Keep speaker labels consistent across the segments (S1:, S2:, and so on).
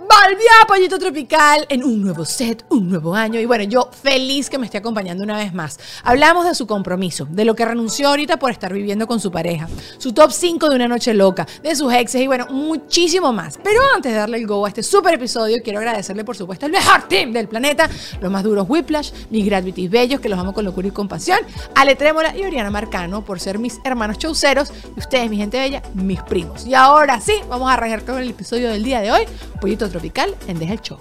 S1: Volvió a Pollito Tropical en un nuevo set, un nuevo año. Y bueno, yo feliz que me esté acompañando una vez más. Hablamos de su compromiso, de lo que renunció ahorita por estar viviendo con su pareja, su top 5 de una noche loca, de sus exes y bueno, muchísimo más. Pero antes de darle el go a este super episodio, quiero agradecerle, por supuesto, al mejor team del planeta, los más duros Whiplash, mis Gratuities Bellos, que los amo con locura y compasión, Ale Trémola y Oriana Marcano por ser mis hermanos chauceros y ustedes, mi gente bella, mis primos. Y ahora sí, vamos a arrancar con el episodio del día de hoy, Pollito Tropical en Deja el Show.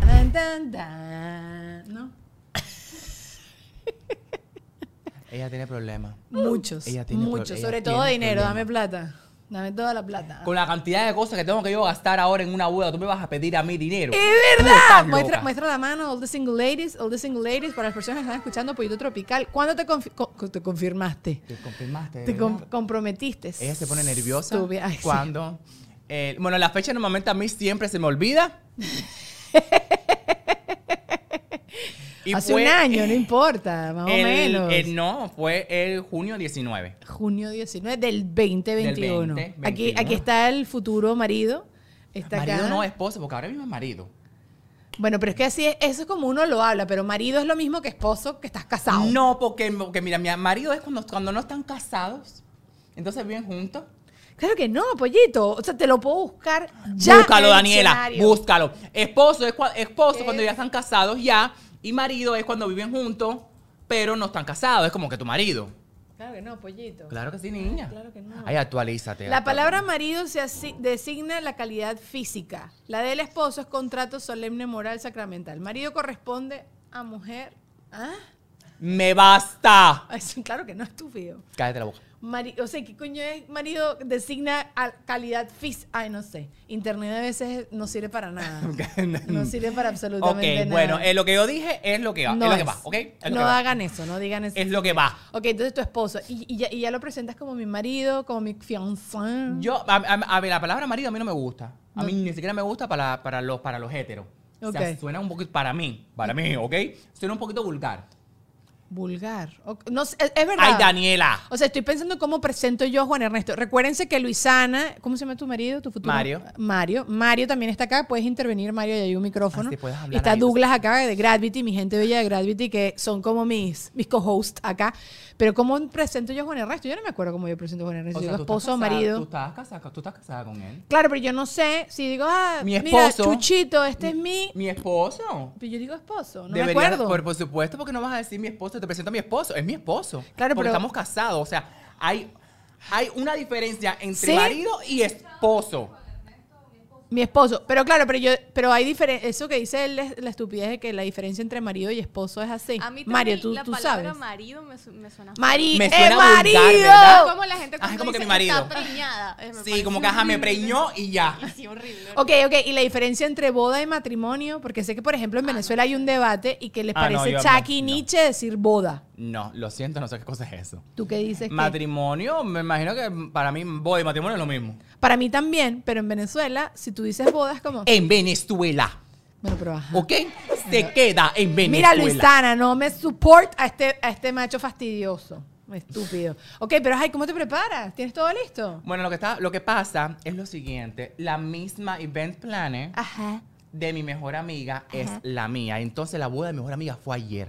S1: Tan, tan, tan. ¿No?
S2: Ella tiene problemas.
S1: Muchos,
S2: Ella tiene pro-
S1: muchos,
S2: ella
S1: sobre todo
S2: tiene
S1: dinero,
S2: problemas.
S1: dame plata, dame toda la plata.
S2: Con la cantidad de cosas que tengo que yo gastar ahora en una boda, tú me vas a pedir a mí dinero.
S1: ¡Es
S2: Tú
S1: verdad!
S2: estás
S1: Ah, Muestra,
S2: loca.
S1: muestra la mano, all the single ladies, all the single ladies, para las personas que están escuchando Pollito Tropical. ¿Cuándo te, confi- co- te confirmaste?
S2: Te confirmaste.
S1: ¿Te
S2: ¿verdad?
S1: com- comprometiste?
S2: Ella se pone nerviosa
S1: Estuve- ay, sí.
S2: cuando... eh, bueno, la fecha normalmente a mí siempre se me olvida. Y
S1: Hace
S2: fue
S1: un año, no importa, más
S2: el-
S1: o menos.
S2: el- no, fue el junio 19.
S1: Junio 19 del 2021.
S2: 20,
S1: aquí,
S2: 21.
S1: aquí está el futuro marido. Está
S2: marido
S1: acá.
S2: no esposo, porque ahora mismo es marido.
S1: Bueno, pero es que así es, eso es como uno lo habla, pero marido es lo mismo que esposo que estás casado.
S2: No, porque, porque mira, mi marido es cuando, cuando no están casados. Entonces viven juntos.
S1: Claro que no, pollito. O sea, te lo puedo buscar ya.
S2: búscalo,
S1: en el
S2: Daniela.
S1: diccionario.
S2: Búscalo. Esposo es cua- esposo
S1: ¿Qué?
S2: cuando ya están casados ya. Y marido es cuando viven juntos, pero no están casados. Es como que tu marido.
S1: Claro que no, pollito.
S2: Claro que sí, niña.
S1: Claro que no.
S2: Ahí actualízate.
S1: La
S2: actual-
S1: palabra marido se asi- designa la calidad física. La del esposo es contrato solemne, moral, sacramental. Marido corresponde a mujer. ¿Ah?
S2: Me basta.
S1: Ay, sí, claro que no, estúpido.
S2: Cállate la boca.
S1: Mari- o sea, ¿qué coño es marido designa a calidad física? Ay, no sé. Internet a veces no sirve para nada. No sirve para
S2: ok,
S1: absolutamente nada.
S2: bueno, eh, lo que yo dije es lo que va.
S1: No
S2: es lo que
S1: es.
S2: va, ¿ok? Es lo
S1: no
S2: que va.
S1: hagan eso, no digan eso.
S2: Es lo que va.
S1: Ok, entonces tu esposo. Y, y ya, y ya lo presentas como mi marido, como mi fiancé.
S2: Yo, a, a- a ver, la palabra marido a mí no me gusta. A mí ni siquiera me gusta para, para los, para los héteros. O sea,
S1: Ok.
S2: suena un poquito, para mí, para mí, ¿ok? Suena un poquito vulgar.
S1: Vulgar. Ok, No, sé, es, es verdad.
S2: Ay, Daniela.
S1: O sea, estoy pensando cómo presento yo a Juan Ernesto. Recuérdense que Luisana, ¿cómo se llama tu marido? Tu futuro.
S2: Mario.
S1: Mario. Mario también está acá. Puedes intervenir, Mario, ya hay un micrófono.
S2: Así Ah, puedes hablar
S1: está
S2: ahí.
S1: Douglas acá de Gravity, mi gente bella de Gravity, que son como mis, mis co-hosts acá. Pero ¿cómo presento yo a Juan Ernesto? Yo no me acuerdo cómo yo presento a Juan Ernesto.
S2: O sea,
S1: digo
S2: tú
S1: esposo o
S2: estás casada- Tú
S1: marido.
S2: estás casada, tú estás casada con él.
S1: Claro, pero yo no sé si digo, ah,
S2: Mi
S1: mira,
S2: esposo-
S1: Chuchito, este es mi.
S2: Mi esposo.
S1: Pero yo digo esposo, no me
S2: Debería-
S1: acuerdo.
S2: Por, por supuesto, porque no vas a decir mi esposo, te presento a mi esposo. Es mi esposo.
S1: Claro,
S2: porque
S1: pero-
S2: estamos casados. O sea, hay, hay una diferencia entre
S1: ¿Sí?
S2: marido y esposo.
S1: Mi esposo. Pero claro, pero yo, pero hay diferencia. Eso que dice él es la estupidez de que la diferencia entre marido y esposo es así.
S3: A mí también
S1: Mario, tú,
S3: la
S1: tú
S3: palabra
S1: sabes.
S3: marido me, su- me suena.
S1: Mari
S2: Me
S1: ¡eh,
S2: suena vulgar,
S1: marido.
S2: ¿verdad?
S3: como la gente
S2: Ah, es como que
S3: dice,
S2: mi marido.
S3: Está preñada. Eh, me
S2: pues Sí, como
S3: parece
S2: que ajá, me
S3: horrible.
S2: preñó y ya.
S3: Y sí, horrible.
S1: Ok, ok. Y la diferencia entre boda y matrimonio, porque sé que por
S3: Ah,
S1: ejemplo en Venezuela hay un debate y que les
S2: Ah, no,
S1: parece
S2: yo no,
S1: Chucky y
S2: no.
S1: Nietzsche decir boda.
S2: No, lo siento, no sé qué cosa es eso.
S1: ¿Tú qué dices? que-
S2: Matrimonio, me imagino que para mí voy, matrimonio es lo mismo.
S1: Para mí también, pero en Venezuela, si tú dices boda es como. "Eh,
S2: En Venezuela,
S1: Bueno, pero ajá.
S2: ¿ok? Se queda en Venezuela.
S1: Mira, Luisana, no me support a este, a este macho fastidioso. Estúpido. Ok, pero ay, ¿cómo te preparas? ¿Tienes todo listo?
S2: Bueno, lo que, está, lo que pasa es lo siguiente. La misma event planner
S1: Ajá.
S2: de mi mejor amiga es la mía. Entonces la boda de mi mejor amiga fue ayer.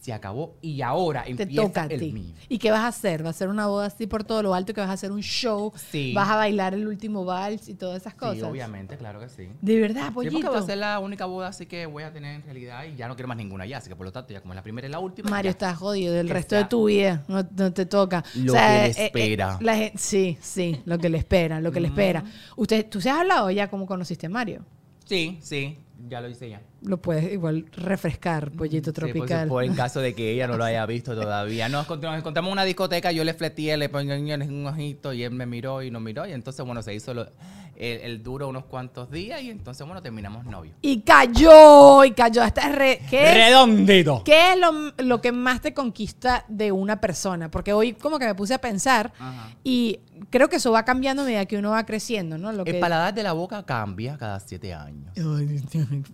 S2: Se acabó y ahora
S1: Te
S2: empieza
S1: toca a
S2: el
S1: ti.
S2: mío.
S1: ¿Y qué vas a hacer? ¿Vas a hacer una boda así por todo lo alto? ¿Que vas a hacer un show?
S2: Sí.
S1: ¿Vas a bailar el último vals y todas esas cosas?
S2: Sí, obviamente, claro que sí.
S1: De verdad,
S2: Sí, porque
S1: pollito.
S2: va a ser la única boda así que voy a tener en realidad y ya no quiero más ninguna ya. Así que por lo tanto, ya como es la primera y la última.
S1: Mario,
S2: ya.
S1: estás jodido del
S2: Que
S1: resto de
S2: sea.
S1: tu vida. No, no te toca. eh,
S2: Lo que le espera.
S1: la gen- sí, sí, lo que le espera, lo que le espera. Usted, ¿Tú se has hablado ya cómo conociste a Mario?
S2: Sí, sí, ya lo hice ya.
S1: Lo puedes igual refrescar, pollito
S2: Sí, por
S1: tropical.
S2: supuesto, en caso de que ella no lo haya visto todavía. Nos, encont- nos encontramos en una discoteca, yo le fleteé, le ponía un ojito y él me miró y no miró. Y entonces, bueno, se hizo lo- el, el duro unos cuantos días y entonces, bueno, terminamos novios.
S1: Y cayó, y cayó. Esta es re- ¿qué, es-
S2: ¡Redondito!
S1: ¿Qué es lo, lo que más te conquista de una persona? Porque hoy como que me puse a pensar
S2: Ajá.
S1: y creo que eso va cambiando a medida que uno va creciendo, ¿no? Lo que,
S2: El paladar de la boca cambia cada siete años.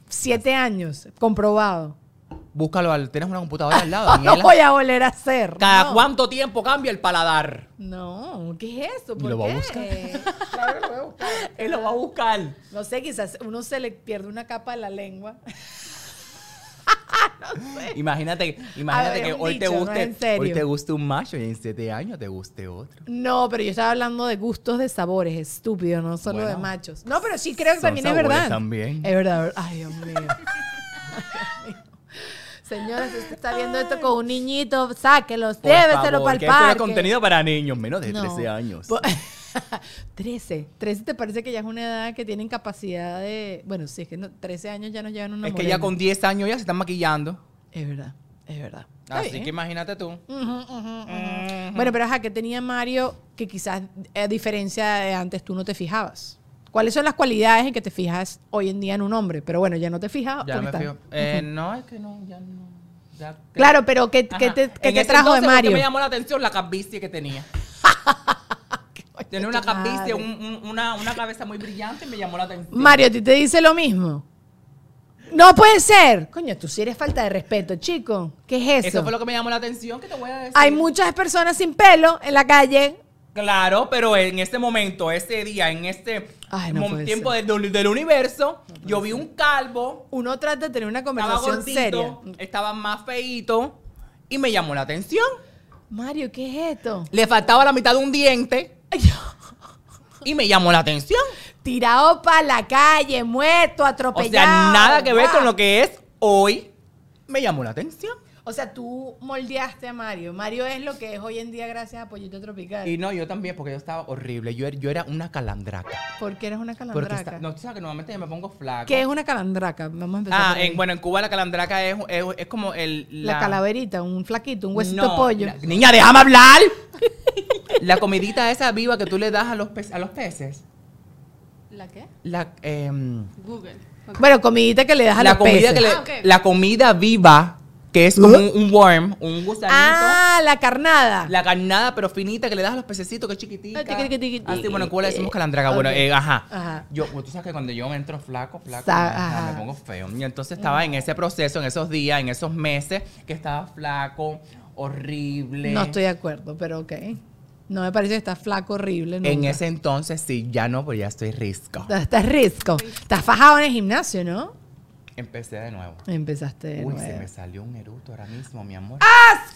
S1: Siete años, comprobado.
S2: búscalo, al, tienes una computadora al lado.
S1: No
S2: Daniela.
S1: voy a volver a hacer.
S2: ¿Cada
S1: no.
S2: cuánto tiempo cambia el paladar?
S1: No, ¿qué es eso?
S2: ¿Y
S1: ¿Por
S2: lo va a
S1: qué?
S2: buscar? Él lo va a buscar.
S1: No sé, quizás uno se le pierde una capa de la lengua.
S2: Imagínate, imagínate
S1: es
S2: que
S1: un
S2: hoy te
S1: dicho, no es
S2: guste,
S1: en serio.
S2: hoy te guste un macho y en siete años te guste otro.
S1: No, pero yo estaba hablando de gustos de sabores, estúpido, no solo
S2: Bueno.
S1: de machos. No, pero sí creo que
S2: Son
S1: también es
S2: sabores
S1: verdad.
S2: también.
S1: Es verdad. Ay, Dios mío. Ay, Dios mío. Señores, usted está viendo esto con un niñito, sáquelo,
S2: Por
S1: lléveselo
S2: favor,
S1: para el
S2: que esto no es
S1: parque.
S2: contenido para niños menos de
S1: No.
S2: 13 años.
S1: Po- 13. 13 te parece que ya es una edad que tienen capacidad de. Bueno, sí, es que no, 13 años ya nos llevan una
S2: es que ya
S1: morena.
S2: con 10 años ya se están maquillando.
S1: Es verdad, es verdad. Está
S2: Así
S1: bien.
S2: que imagínate tú.
S1: Ujú, ujú, ujú. Bueno, pero ajá, que tenía Mario que quizás eh, a diferencia de antes tú no te fijabas. ¿Cuáles son las cualidades en que te fijas hoy en día en un hombre? Pero bueno, ya no te fijas. porque
S2: Ya me
S1: está-
S2: fijo. Eh, no, es que no, ya no. ya-
S1: Claro, pero ¿qué, qué
S2: Ajá.
S1: te, qué
S2: En
S1: te
S2: ese
S1: trajo de
S2: entonces, lo que
S1: Mario?
S2: me llamó la atención la calvicie que tenía. Tenía una
S1: tu madre.
S2: calvicie, un- un- una, una cabeza muy brillante y me llamó la atención.
S1: Mario, ¿a ti te dice lo mismo? No puede ser. Coño, tú sí eres falta de respeto, chico. ¿Qué es eso?
S2: Eso fue lo que me llamó la atención, que te voy a decir.
S1: Hay muchas personas sin pelo en la calle.
S2: Claro, pero en ese momento, ese día, en este
S1: Ay, no
S2: mom-
S1: puede
S2: tiempo del, del universo, yo vi un calvo,
S1: Uno trata de tener una
S2: estaba
S1: conversación seria.
S2: gordito, estaba más feíto y me llamó la atención.
S1: Mario, ¿qué es esto?
S2: Le faltaba la mitad de un diente
S1: Ay, yo-
S2: y me llamó la atención.
S1: tirado para la calle, muerto,
S2: O
S1: atropellado.
S2: sea, nada que ver
S1: guau.
S2: con lo que es hoy. Me llamó la atención.
S1: O sea, tú moldeaste a Mario. Mario es lo que es hoy en día gracias a Pollito Tropical.
S2: Y no, yo también, porque yo estaba horrible. Yo, er- yo era una calandraca.
S1: Porque eres una
S2: Porque
S1: calandraca.
S2: esta- no, tú sabes que normalmente yo me pongo flaco.
S1: ¿Qué es una calandraca? Vamos a empezar.
S2: Ah,
S1: por ahí.
S2: en, bueno, en Cuba la calandraca es, es, es como el...
S1: la... calaverita, un flaquito, un huesito de
S2: No,
S1: pollo.
S2: la- niña, déjame hablar. la comidita esa viva que tú le das a los, pe- a los peces.
S3: ¿La qué?
S2: La, em,
S3: Google. Ok.
S1: Bueno, comidita que le das a
S2: la
S1: los
S2: comida
S1: peces.
S2: que le-
S3: Ah, ok.
S2: la comida viva, que es como
S1: ¿Mm?
S2: un, un worm, un gusanito.
S1: Ah, la carnada.
S2: La carnada pero finita que le das a los pececitos, que es chiquitita.
S1: Ah, tiqui, tiqui, Ah. tiqui,
S2: Así,
S1: tiqui.
S2: bueno, en Cuba le decimos calandraga. Bueno,
S1: Ok.
S2: eh, ajá.
S1: Ajá.
S2: Yo, pues, tú sabes que cuando yo me entro flaco, flaco,
S1: Sa-
S2: ajá,
S1: ajá.
S2: me pongo feo. Y entonces estaba en ese proceso, en esos días, en esos meses, que estaba flaco, horrible.
S1: No estoy de acuerdo, pero ok. No me parece que estás flaco, horrible.
S2: En
S1: nunca.
S2: ese entonces sí, ya no, porque ya estoy risco.
S1: Estás risco. Estás fajado en el gimnasio, ¿no?
S2: Empecé de nuevo.
S1: Empezaste de
S2: Uy,
S1: nuevo. ¡Ah!
S2: se me salió un eruto ahora mismo, mi amor.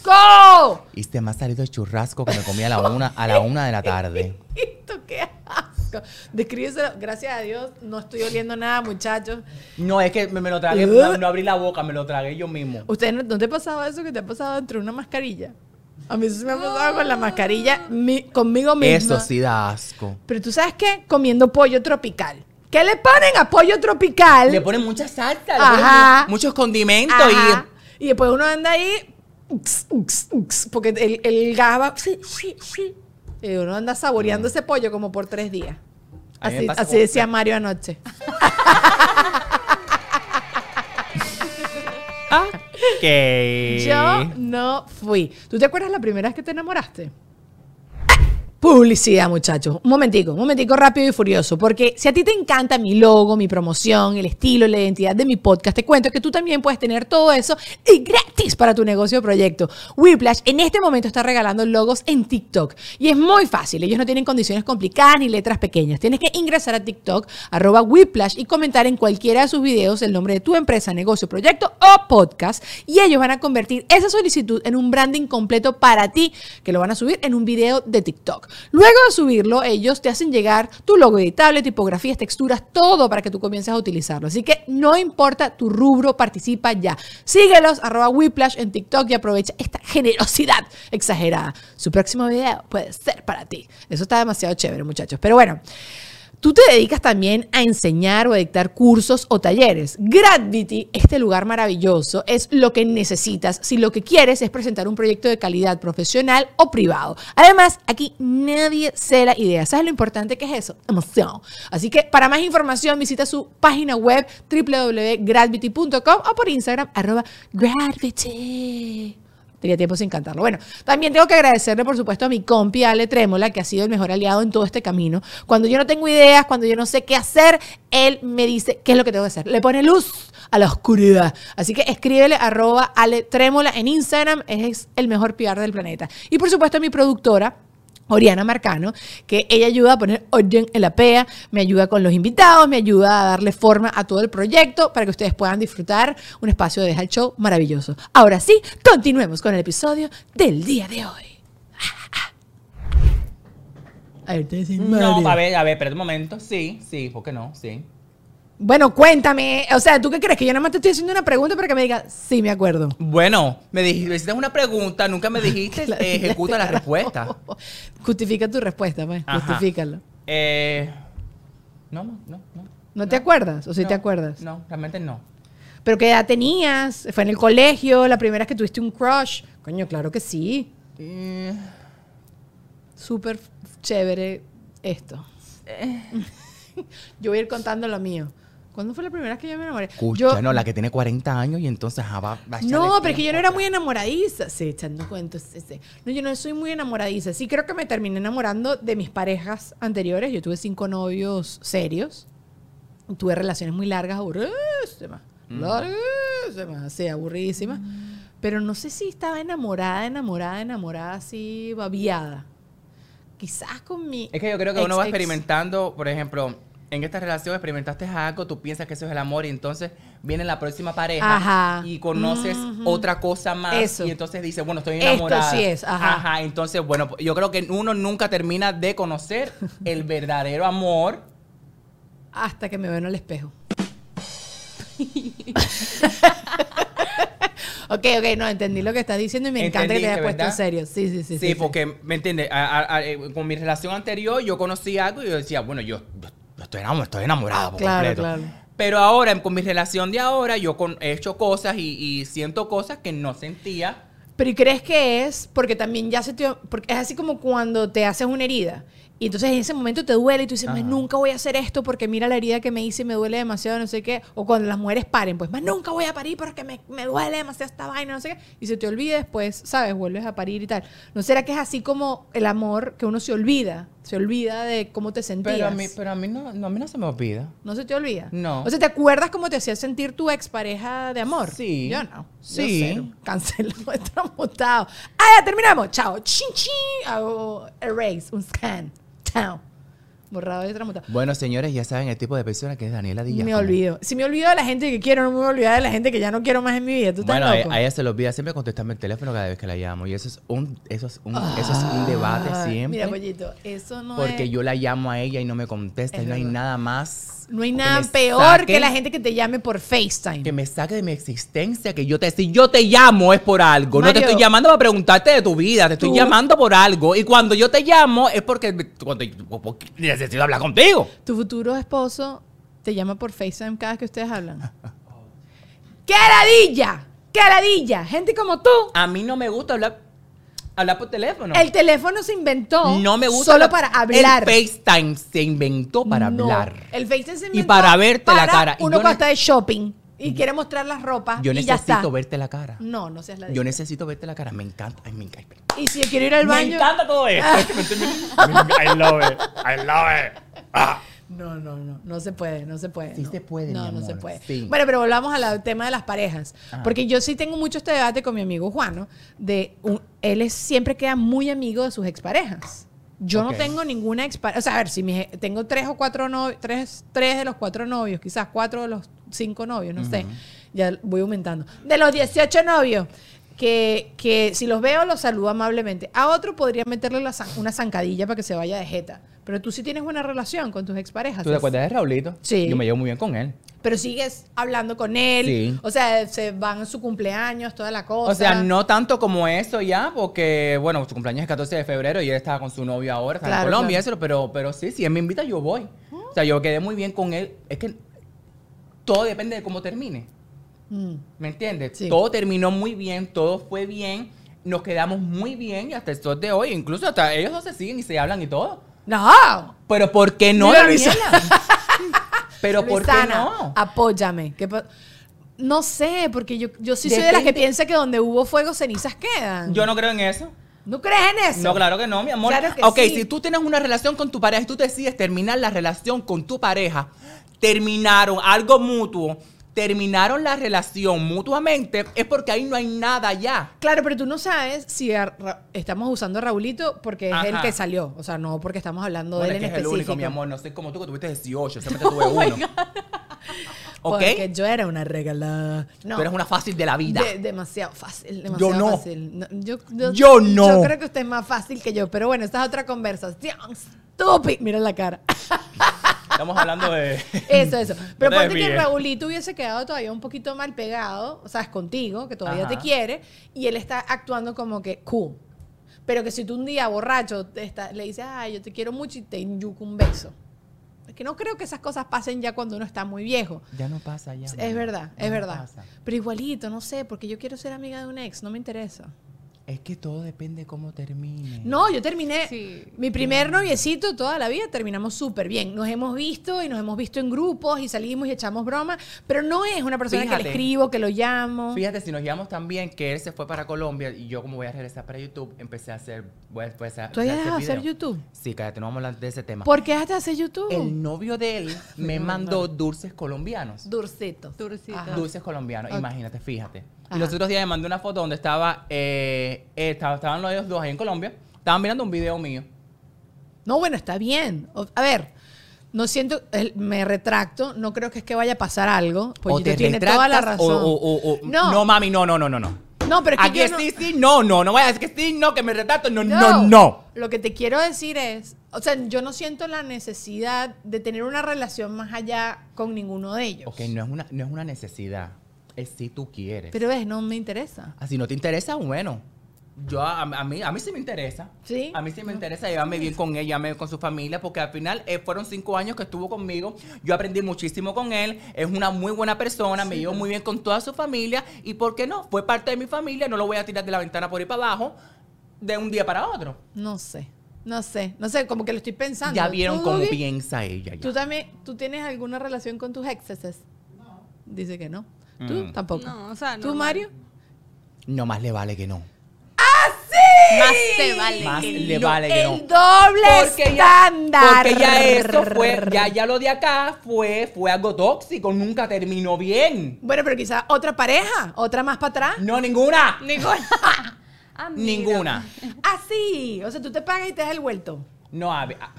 S1: ¡Asco!
S2: Y se me ha salido el churrasco que me comí a la una, a la una de la tarde.
S1: Esto qué asco. Descríbeselo. Gracias a Dios no estoy oliendo nada, muchachos.
S2: No, es que me, me lo
S1: ¿Eh?
S2: tragué, no, no abrí la boca, me lo tragué yo mismo.
S1: ¿Ustedes no, no te ha pasado eso que te ha pasado entre una mascarilla? A mí eso me ha pasado con la mascarilla mi- conmigo misma.
S2: Eso sí da asco.
S1: Pero tú sabes qué? Comiendo pollo tropical. ¿Qué le ponen a pollo tropical?
S2: Le ponen mucha salsa, le
S1: Ajá.
S2: ponen mu- muchos condimentos
S1: Ajá.
S2: y.
S1: y... después uno anda ahí. ux, ux, ux, Porque el, el gas va. sí, sí, sí. Y uno anda saboreando ese pollo como por tres días.
S2: Mm. A mí me
S1: Así,
S2: pasa
S1: así
S2: con-
S1: decía Mario anoche.
S2: Ah. Que.
S1: Yo no fui. ¿Tú te acuerdas la primera vez que te enamoraste? Publicidad, muchachos. Un momentico, un momentico rápido y furioso. Porque si a ti te encanta mi logo, mi promoción, el estilo, la identidad de mi podcast, te cuento que tú también puedes tener todo eso y gratis para tu negocio o proyecto. Whiplash en este momento está regalando logos en TikTok. Y es muy fácil. Ellos no tienen condiciones complicadas ni letras pequeñas. Tienes que ingresar a TikTok, arroba Whiplash y comentar en cualquiera de sus videos el nombre de tu empresa, negocio, proyecto o podcast. Y ellos van a convertir esa solicitud en un branding completo para ti, que lo van a subir en un video de TikTok. Luego de subirlo, ellos te hacen llegar tu logo editable, tipografías, texturas, todo para que tú comiences a utilizarlo. Así que no importa tu rubro, participa ya. Síguelos, arroba Whiplash en TikTok y aprovecha esta generosidad exagerada. Su próximo video puede ser para ti. Eso está demasiado chévere, muchachos. Pero bueno. Tú te dedicas también a enseñar o a dictar cursos o talleres. Gravity, este lugar maravilloso, es lo que necesitas si lo que quieres es presentar un proyecto de calidad profesional o privado. Además, aquí nadie se la idea. ¿Sabes lo importante que es eso? Emoción. Así que para más información visita su página web www.gravity.com o por Instagram arroba gravity. Tenía tiempo sin cantarlo. Bueno, también tengo que agradecerle, por supuesto, a mi compi Ale Trémola, que ha sido el mejor aliado en todo este camino. Cuando yo no tengo ideas, cuando yo no sé qué hacer, él me dice qué es lo que tengo que hacer. Le pone luz a la oscuridad. Así que escríbele arroba Ale Trémola en Instagram. Es el mejor PR del planeta. Y por supuesto, a mi productora, Oriana Marcano, que ella ayuda a poner orden en la PEA, me ayuda con los invitados, me ayuda a darle forma a todo el proyecto para que ustedes puedan disfrutar un espacio de Deja el Show maravilloso. Ahora sí, continuemos con el episodio del día de hoy. A ver, te dicen,
S2: No,
S1: Mario.
S2: a ver, a ver, espera un momento. Sí, sí, ¿por qué no? Sí.
S1: Bueno, cuéntame, o sea, ¿tú qué crees? Que yo nada más te estoy haciendo una pregunta para que me digas, sí, me acuerdo.
S2: Bueno, me dijiste me hiciste una pregunta, nunca me dijiste,
S1: Claro,
S2: eh, ejecuta la respuesta.
S1: Justifica tu respuesta, pues,
S2: Ajá.
S1: justifícalo.
S2: Eh, no, no, no. ¿No,
S1: ¿No te acuerdas o sí
S2: no,
S1: te acuerdas?
S2: No, realmente no.
S1: ¿Pero qué edad tenías? ¿Fue en el colegio? ¿La primera vez que tuviste un crush? Coño, claro que sí.
S2: Eh,
S1: Súper chévere esto. yo voy a ir contando lo mío. ¿Cuándo fue la primera vez que yo me enamoré?
S2: escucha,
S1: Yo-
S2: no, la que tiene 40 años y entonces ah, va, va a echarle
S1: no, pero es que
S2: tiempo
S1: yo no era
S2: atrás.
S1: muy enamoradiza. Sí, echando cuentos. sí, sí. No, yo no soy muy enamoradiza. Sí, creo que me terminé enamorando de mis parejas anteriores. Yo tuve cinco novios serios. Tuve relaciones muy largas, aburridísimas.
S2: Mm.
S1: Larguísimas, así, aburridísimas. Pero no sé si estaba enamorada, enamorada, enamorada, así, babiada. Quizás con mi.
S2: Es que yo creo que uno
S1: ex-
S2: va
S1: ex.
S2: experimentando, por ejemplo, en esta relación experimentaste algo, tú piensas que eso es el amor y entonces viene la próxima pareja
S1: Ajá.
S2: y conoces
S1: Ujú.
S2: otra cosa más
S1: Eso.
S2: y entonces dices, bueno, estoy
S1: Esto
S2: enamorada.
S1: sí es, ajá.
S2: entonces, bueno, yo creo que uno nunca termina de conocer el verdadero amor.
S1: Hasta que me veo en el espejo. ok, ok, no, entendí lo que estás diciendo y me encanta que te
S2: Entendiste,
S1: hayas puesto en
S2: ¿verdad?
S1: serio. Sí, sí, sí.
S2: Sí, porque, ¿me entiendes? A- a- a- eh, con mi relación anterior yo conocí algo y yo decía, bueno, yo, yo estoy enamorado, estoy enamorado por
S1: Claro,
S2: completo.
S1: claro.
S2: Pero ahora, con mi relación de ahora, yo con- he hecho cosas y, y siento cosas que no sentía.
S1: Pero ¿y crees que es porque también ya se te... Porque es así como cuando te haces una herida. Y entonces en ese momento te duele y tú dices, más
S2: Ajá.
S1: nunca voy a hacer esto porque mira la herida que me hice y me duele demasiado, no sé qué. O cuando las mujeres paren, pues más nunca voy a parir porque me, me duele demasiado esta vaina, no sé qué. Y se te olvida después, ¿sabes? Vuelves a parir y tal. ¿No será que es así como el amor que uno se olvida? Se olvida de cómo te sentías.
S2: Pero a mí, pero a mí no, no, a mí no se me olvida.
S1: ¿No se te olvida?
S2: No.
S1: O sea, ¿te acuerdas cómo te hacía sentir tu expareja de amor?
S2: Sí.
S1: Yo no. Yo
S2: Sí.
S1: cero. Cancelamos, estamos votados. Ah, ya terminamos. Chao. Chin, chin. Hago erase, un scan. Chao. Borrado y tramutado.
S2: Bueno, señores, ya saben el tipo de persona que es Daniela Díaz.
S1: Me olvido. Si me olvido de la gente que quiero, no me voy a olvidar de la gente que ya no quiero más en mi vida. ¿Tú estás
S2: Bueno, a,
S1: loco?
S2: a ella se le olvida siempre contestarme el teléfono cada vez que la llamo. Y eso es un, eso es un, eso es un debate
S1: Ay,
S2: siempre.
S1: Mira, pues, pollito, eso no
S2: porque
S1: es...
S2: yo la llamo a ella y no me contesta.
S1: Es
S2: y no hay
S1: verdad.
S2: nada más.
S1: No hay
S2: que
S1: nada
S2: me
S1: peor
S2: saque-
S1: que la gente que te llame por FaceTime.
S2: Que me saque de mi existencia, que yo te, si yo te llamo es por algo. no te
S1: Mario.
S2: estoy llamando para preguntarte de tu vida, te estoy
S1: Tú-
S2: llamando por algo. Y cuando yo te llamo es porque, cuando- porque necesito hablar contigo.
S1: Tu futuro esposo te llama por FaceTime cada vez que ustedes hablan. ¡Qué ladilla! ¡Qué ladilla! Gente como tú.
S2: A mí no me gusta hablar, hablar por teléfono.
S1: El teléfono se inventó
S2: Ah, no me gusta.
S1: solo
S2: la-
S1: para hablar.
S2: El FaceTime se inventó para
S1: No,
S2: hablar.
S1: El FaceTime se
S2: Y
S1: inventó
S2: para verte la cara. Y
S1: Uno
S2: yo
S1: cuando
S2: ne-
S1: está de shopping y quiere mostrar las ropas
S2: Yo
S1: Ah, y ya está.
S2: necesito verte la cara.
S1: No, no seas ladilla.
S2: Yo necesito verte la cara. Me encanta. Ay, me encanta.
S1: Y si quiero ir al
S2: Me
S1: baño... Ah,
S2: encanta todo esto. I love it. I love it.
S1: No, no, no, no se puede, no se puede.
S2: Sí
S1: no.
S2: se puede,
S1: No, no
S2: mi
S1: se
S2: amor,
S1: puede.
S2: sí.
S1: Bueno, pero volvamos al lado- tema de las parejas.
S2: Ajá.
S1: Porque yo sí tengo mucho este debate con mi amigo Juano, de un- él es, siempre queda muy amigo de sus exparejas. Yo
S2: Ok.
S1: no tengo ninguna expareja. O sea, a ver, si mis- tengo tres o cuatro novios, tres, tres de los cuatro novios, quizás cuatro de los cinco novios, no sé. Ya voy aumentando. De los 18 novios, que, que si los veo, los saludo amablemente. A otro podría meterle la zan- una zancadilla para que se vaya de jeta. Pero tú sí tienes buena relación con tus exparejas.
S2: ¿Tú te acuerdas de Raulito?
S1: Sí.
S2: Yo me llevo muy bien con él.
S1: Pero sigues hablando con él.
S2: Sí.
S1: O sea, se van a su cumpleaños, toda la cosa.
S2: O sea, no tanto como eso ya, porque, bueno, su cumpleaños es 14 de febrero y él estaba con su novio ahora, está
S1: Claro,
S2: en Colombia,
S1: claro.
S2: eso, pero, pero sí, si él me invita, yo voy. O sea, yo quedé muy bien con él. Es que todo depende de cómo termine.
S1: Mm.
S2: ¿Me entiendes?
S1: Sí.
S2: Todo terminó muy bien, todo fue bien, nos quedamos muy bien y hasta el sol de hoy, incluso hasta ellos no se siguen y se hablan y todo.
S1: No.
S2: Pero ¿por qué no,
S1: Mira,
S2: Daniela? Pero ¿por qué
S1: Luisana,
S2: no?
S1: Apóyame. ¿Qué pa- No sé, porque yo, yo sí soy de las
S2: Depende-
S1: que piensa que donde hubo fuego, cenizas quedan.
S2: Yo no creo en eso.
S1: ¿No crees en eso?
S2: No, claro que no, mi amor.
S1: Claro que
S2: ok,
S1: sí.
S2: si tú tienes una relación con tu pareja y tú decides terminar la relación con tu pareja, terminaron algo mutuo, terminaron la relación mutuamente, es porque ahí no hay nada ya.
S1: Claro, pero tú no sabes si a Ra- estamos usando a Raulito porque es
S2: Ajá.
S1: el que salió. O sea, no porque estamos hablando de
S2: Bueno, es
S1: él
S2: que
S1: en
S2: es el
S1: específico. Oh
S2: único, mi amor. No sé como tú que tuviste 18, solamente tuve uno. ¿Ok?
S1: Porque yo era una regalada. No.
S2: Tú eres una fácil de la vida.
S1: De- demasiado fácil, demasiado
S2: no.
S1: fácil. No, yo, yo-
S2: Yo no.
S1: Yo creo que usted es más fácil que yo, pero bueno, esta es otra conversación. Stupid. Mira la cara.
S2: Estamos hablando de.
S1: Eso, eso. Pero
S2: te
S1: ponte que
S2: desvíes.
S1: Raulito hubiese quedado todavía un poquito mal pegado, o sea, es contigo, que todavía te
S2: Ajá.
S1: quiere, y él está actuando como que cool. Pero que si tú un día borracho te está- le dices, ay, yo te quiero mucho y te inyuca un beso. Es que no creo que esas cosas pasen ya cuando uno está muy viejo.
S2: Ya no pasa, ya. mi
S1: Es
S2: amor.
S1: verdad,
S2: Ya
S1: es
S2: no
S1: verdad.
S2: pasa.
S1: Pero igualito, no sé, porque yo quiero ser amiga de un ex, no me interesa.
S2: Es que todo depende cómo termine.
S1: No, yo terminé.
S3: Sí.
S1: Mi primer noviecito toda la vida terminamos súper bien. Nos hemos visto y nos hemos visto en grupos y salimos y echamos broma, pero no es una persona que le
S2: Fíjate.
S1: escribo, que lo llamo.
S2: Fíjate, si nos llevamos también que él se fue para Colombia y yo como voy a regresar para YouTube, empecé a hacer... Voy a, voy a hacer
S1: ¿Tú habías dejado de
S2: hacer
S1: hacer
S2: video.
S1: YouTube?
S2: Sí, cállate, no vamos a hablar de ese tema.
S1: ¿Por qué dejaste de hacer YouTube?
S2: El novio de él me mandó dulces colombianos.
S1: Durcito.
S3: Durcito.
S1: Ajá.
S2: Dulces colombianos,
S1: Ok.
S2: imagínate, fíjate.
S1: Ajá.
S2: Y los otros días me mandé una foto donde estaba, eh, eh, estaba- estaban los ellos dos ahí en Colombia, estaban mirando un video mío.
S1: No, bueno, está bien. O- a ver, no siento, el- me retracto, no creo que es que vaya a pasar algo. Pollito Pues tiene toda la
S2: retractas
S1: razón.
S2: O, o- o- o-
S1: No.
S2: no. mami, no, no, no, no, no.
S1: no, pero es que
S2: Aquí
S1: yo
S2: es
S1: no-
S2: sí, sí, no, no, no vayas a decir que sí, no, que me retracto, no, no, no.
S1: Lo que te quiero decir es, o sea, yo no siento la necesidad de tener una relación más allá con ninguno de ellos.
S2: Ok, no es una, no es una necesidad, es si tú quieres.
S1: Pero ves, no me interesa.
S2: Ah, si no te interesa, bueno. Yo a, a mí a mí sí me interesa.
S1: ¿Sí?
S2: A mí sí me interesa llevarme bien con él, llevarme bien con su familia, porque al final eh, fueron cinco años que estuvo conmigo. Yo aprendí muchísimo con él. Es una muy buena persona, me llevo muy bien con toda su familia. ¿Y por qué no? Fue parte de mi familia, no lo voy a tirar de la ventana por ahí para abajo de un día para otro.
S1: No sé, no sé, no sé, como que lo estoy pensando.
S2: Ya vieron
S1: ¿Tú,
S2: cómo
S1: Dugi?
S2: piensa ella. ya.
S1: ¿Tú también, tú tienes alguna relación con tus exes? No. Dice que no. ¿Tú
S2: Mm.
S1: tampoco?
S3: No, o sea,
S1: ¿Tú,
S3: normal.
S1: Mario?
S2: No más le vale que no.
S3: Más te vale.
S2: Más
S3: que
S2: le
S3: no.
S2: vale que no.
S1: El doble estándar.
S2: porque ya esto fue, ya, ya lo de acá fue, fue algo tóxico, nunca terminó bien.
S1: Bueno, pero quizá otra pareja, otra más para atrás.
S2: No, ninguna.
S3: Ninguna. Ah, mira.
S2: Ninguna.
S1: Así, o sea, tú te pagas y te das el vuelto.
S2: No, a ver, a-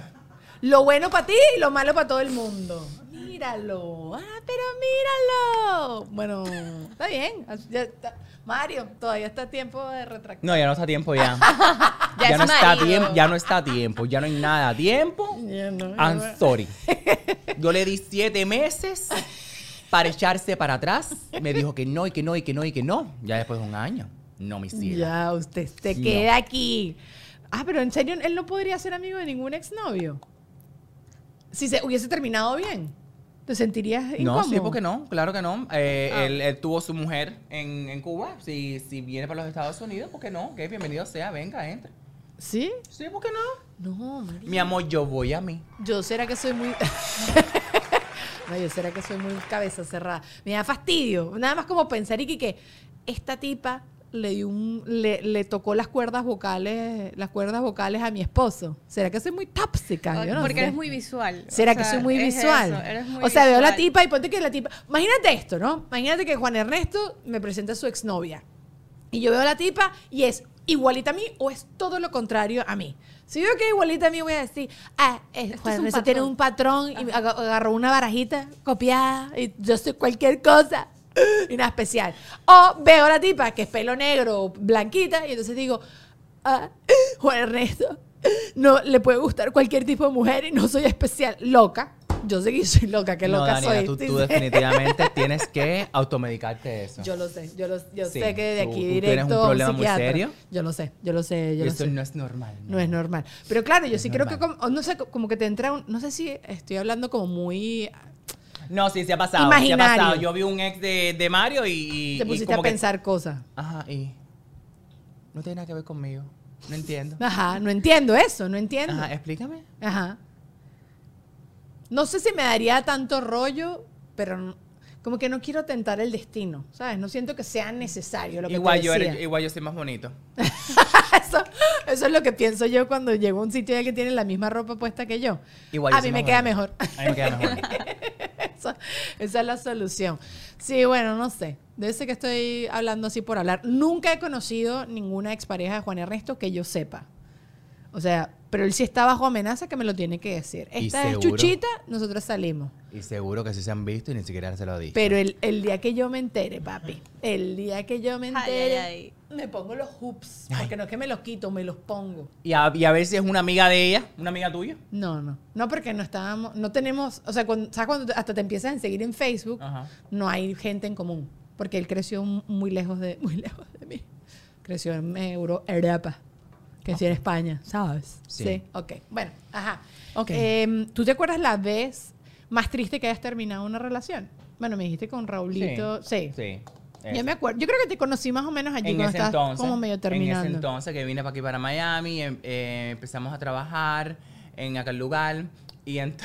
S1: Lo bueno para ti y lo malo para todo el mundo. Míralo. Ah, pero míralo. Bueno, está bien. Ya está. Mario, todavía está a tiempo de retractar.
S2: no, ya no está a tiempo ya.
S3: Ya,
S2: ya
S3: es
S2: no está a
S3: marido.
S2: tiempo, ya no está a tiempo, ya no hay nada a tiempo.
S1: Ya no, ya
S2: I'm
S1: no.
S2: sorry. Yo le di siete meses para echarse para atrás. Me dijo que no y que no y que no y que no. Ya después de un año, no me cielo.
S1: Ya, usted se
S2: No.
S1: queda aquí. Ah, pero en serio, él no podría ser amigo de ningún exnovio. Si se hubiese terminado bien, ¿te sentirías incómodo?
S2: No, sí, porque no, claro que no. Eh,
S3: Ah.
S2: él, él tuvo su mujer en, en Cuba. Si, si viene para los Estados Unidos, ¿por qué no? Que bienvenido sea, venga, entra.
S1: ¿Sí?
S2: Sí, ¿por qué no?
S1: No, María.
S2: Mi amor, yo voy a mí.
S1: Yo será que soy muy. no, yo será que soy muy cabeza cerrada. Me da fastidio. Nada más como pensar y que, que esta tipa le dio un, le, le tocó las cuerdas vocales, las cuerdas vocales a mi esposo. ¿Será que soy muy tóxica? Ah, Yo no
S3: Porque
S1: sé.
S3: eres muy visual. o
S1: ¿Será que
S3: sea,
S1: soy muy
S3: es
S1: visual?
S3: eso, eres muy
S1: o sea, veo a la
S3: visual.
S1: tipa y ponte que la tipa. Imagínate esto, ¿no? Imagínate que Juan Ernesto me presenta a su exnovia. Y yo veo a la tipa y es igualita a mí o es todo lo contrario a mí. Si veo que es igualita a mí, voy a decir, ah, eh,
S3: Esto
S1: Juan
S3: es un
S1: Ernesto tiene
S3: patrón.
S1: un patrón y aga- agarró una barajita copiada y yo soy cualquier cosa. Y nada especial. O veo a la tipa que es pelo negro, o blanquita, y entonces digo, ah, Juan Ernesto, no le puede gustar cualquier tipo de mujer y no soy especial. Loca. Yo sé que soy loca, que
S2: no,
S1: loca
S2: Daniela,
S1: soy.
S2: Tú,
S1: Sí,
S2: tú
S1: sí.
S2: definitivamente tienes que automedicarte de eso.
S1: Yo lo sé, yo, lo- yo
S2: Sí,
S1: sé que de
S2: tú-
S1: aquí
S2: tú
S1: directo.
S2: tienes un
S1: a
S2: problema muy
S1: psiquiatra.
S2: serio.
S1: Yo lo sé, yo lo sé, yo lo
S2: eso
S1: sé.
S2: no es normal.
S1: No es normal. Pero claro, yo sí creo que,
S2: normal.
S1: como, no sé, como que te entra un. No sé si estoy hablando como muy.
S2: No, sí, se ha pasado.
S1: Imaginario.
S2: Se ha pasado. Yo vi un ex de, de Mario y. y-
S1: Te
S2: y
S1: pusiste
S2: como
S1: a
S2: que-
S1: pensar cosas.
S2: Ajá, y. No tiene nada que ver conmigo. No entiendo.
S1: Ajá, no entiendo eso, no entiendo.
S2: Ajá, eh. explícame.
S1: Ajá. No sé si me daría tanto rollo, pero n- como que no quiero tentar el destino, ¿sabes? No siento que sea necesario lo que
S2: Igual
S1: te
S2: yo,
S1: decía.
S2: era- igual yo soy más bonito.
S1: eso, eso es lo que pienso yo cuando llego a un sitio y alguien tiene la misma ropa puesta que yo.
S2: Igual yo
S1: a mí
S2: soy
S1: me
S2: más
S1: queda
S2: bonito.
S1: mejor.
S2: A mí me queda mejor.
S1: Esa, esa es la solución. Sí, bueno, no sé. Debe ser que estoy hablando así por hablar. Nunca he conocido ninguna expareja de Juan Ernesto que yo sepa. O sea, pero él sí está bajo amenaza que me lo tiene que decir.
S2: Y
S1: Esta es
S2: seguro.
S1: Chuchita, nosotros salimos.
S2: Y seguro que sí se han visto y ni siquiera se lo dije.
S1: Pero el, el día que yo me entere, papi, el día que yo me
S3: Ay,
S1: entere,
S3: ay,
S1: me pongo los hoops. Porque no es que me los quito, me los pongo.
S2: Y a, y a ver si es una amiga de ella, una amiga tuya.
S1: No, no. No, porque no estábamos, no tenemos, o sea, cuando, ¿sabes cuando hasta te empiezas a seguir en Facebook?
S2: Ajá.
S1: No hay gente en común, porque él creció m- muy lejos de, muy lejos de mí. Creció en eh, Euro, Europa, creció en España, ¿sabes?
S2: Sí.
S1: Ok, bueno, ajá.
S2: Ok.
S1: Em, ¿Tú te acuerdas la vez más triste que hayas terminado una relación? Bueno, me dijiste con Raulito, sí.
S2: Sí.
S1: Yo
S2: Esa.
S1: me acuerdo, yo creo que te conocí más o menos allí
S2: en
S1: cuando
S2: ese
S1: estabas
S2: entonces,
S1: como medio
S2: En ese
S1: terminando.
S2: entonces que vine para aquí para Miami, em- eh, empezamos a trabajar en aquel lugar y ent-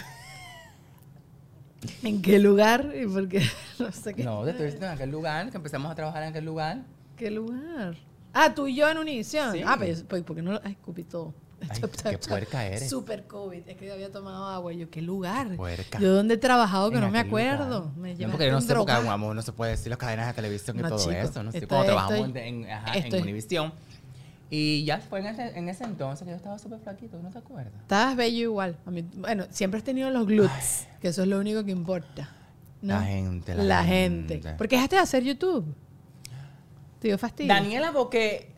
S1: ¿En qué lugar? Y Porque no sé qué.
S2: no, te estoy diciendo en aquel lugar, que empezamos a trabajar en aquel lugar.
S1: ¿Qué lugar? Ah, tú y yo en Univision.
S2: Sí.
S1: Ah, pues, pues porque no lo. Ay, escupí todo.
S2: Ay, qué puerca eres.
S1: Super COVID. Es que había tomado agua. Yo, qué lugar.
S2: puerca.
S1: Yo dónde he trabajado Oh, que
S2: En
S1: no me
S2: aquel lugar.
S1: acuerdo. Me
S2: no,
S1: llevaste
S2: porque yo no
S1: un
S2: sé, porque
S1: drogado.
S2: vamos, no se puede decir las cadenas de televisión y
S1: No,
S2: todo
S1: chico,
S2: eso. No sé,
S1: esto-
S2: cuando trabajamos
S1: esto-
S2: en, ajá,
S1: esto-
S2: en Univision. Y ya fue en ese, en ese entonces que yo estaba súper flaquito, ¿no te acuerdas?
S1: Estabas bello igual. A mí, bueno, siempre has tenido los glutes, que eso es lo único que importa. ¿no?
S2: La gente, la gente.
S1: ¿Por qué dejaste de hacer YouTube? Te dio fastidio.
S2: Daniela, porque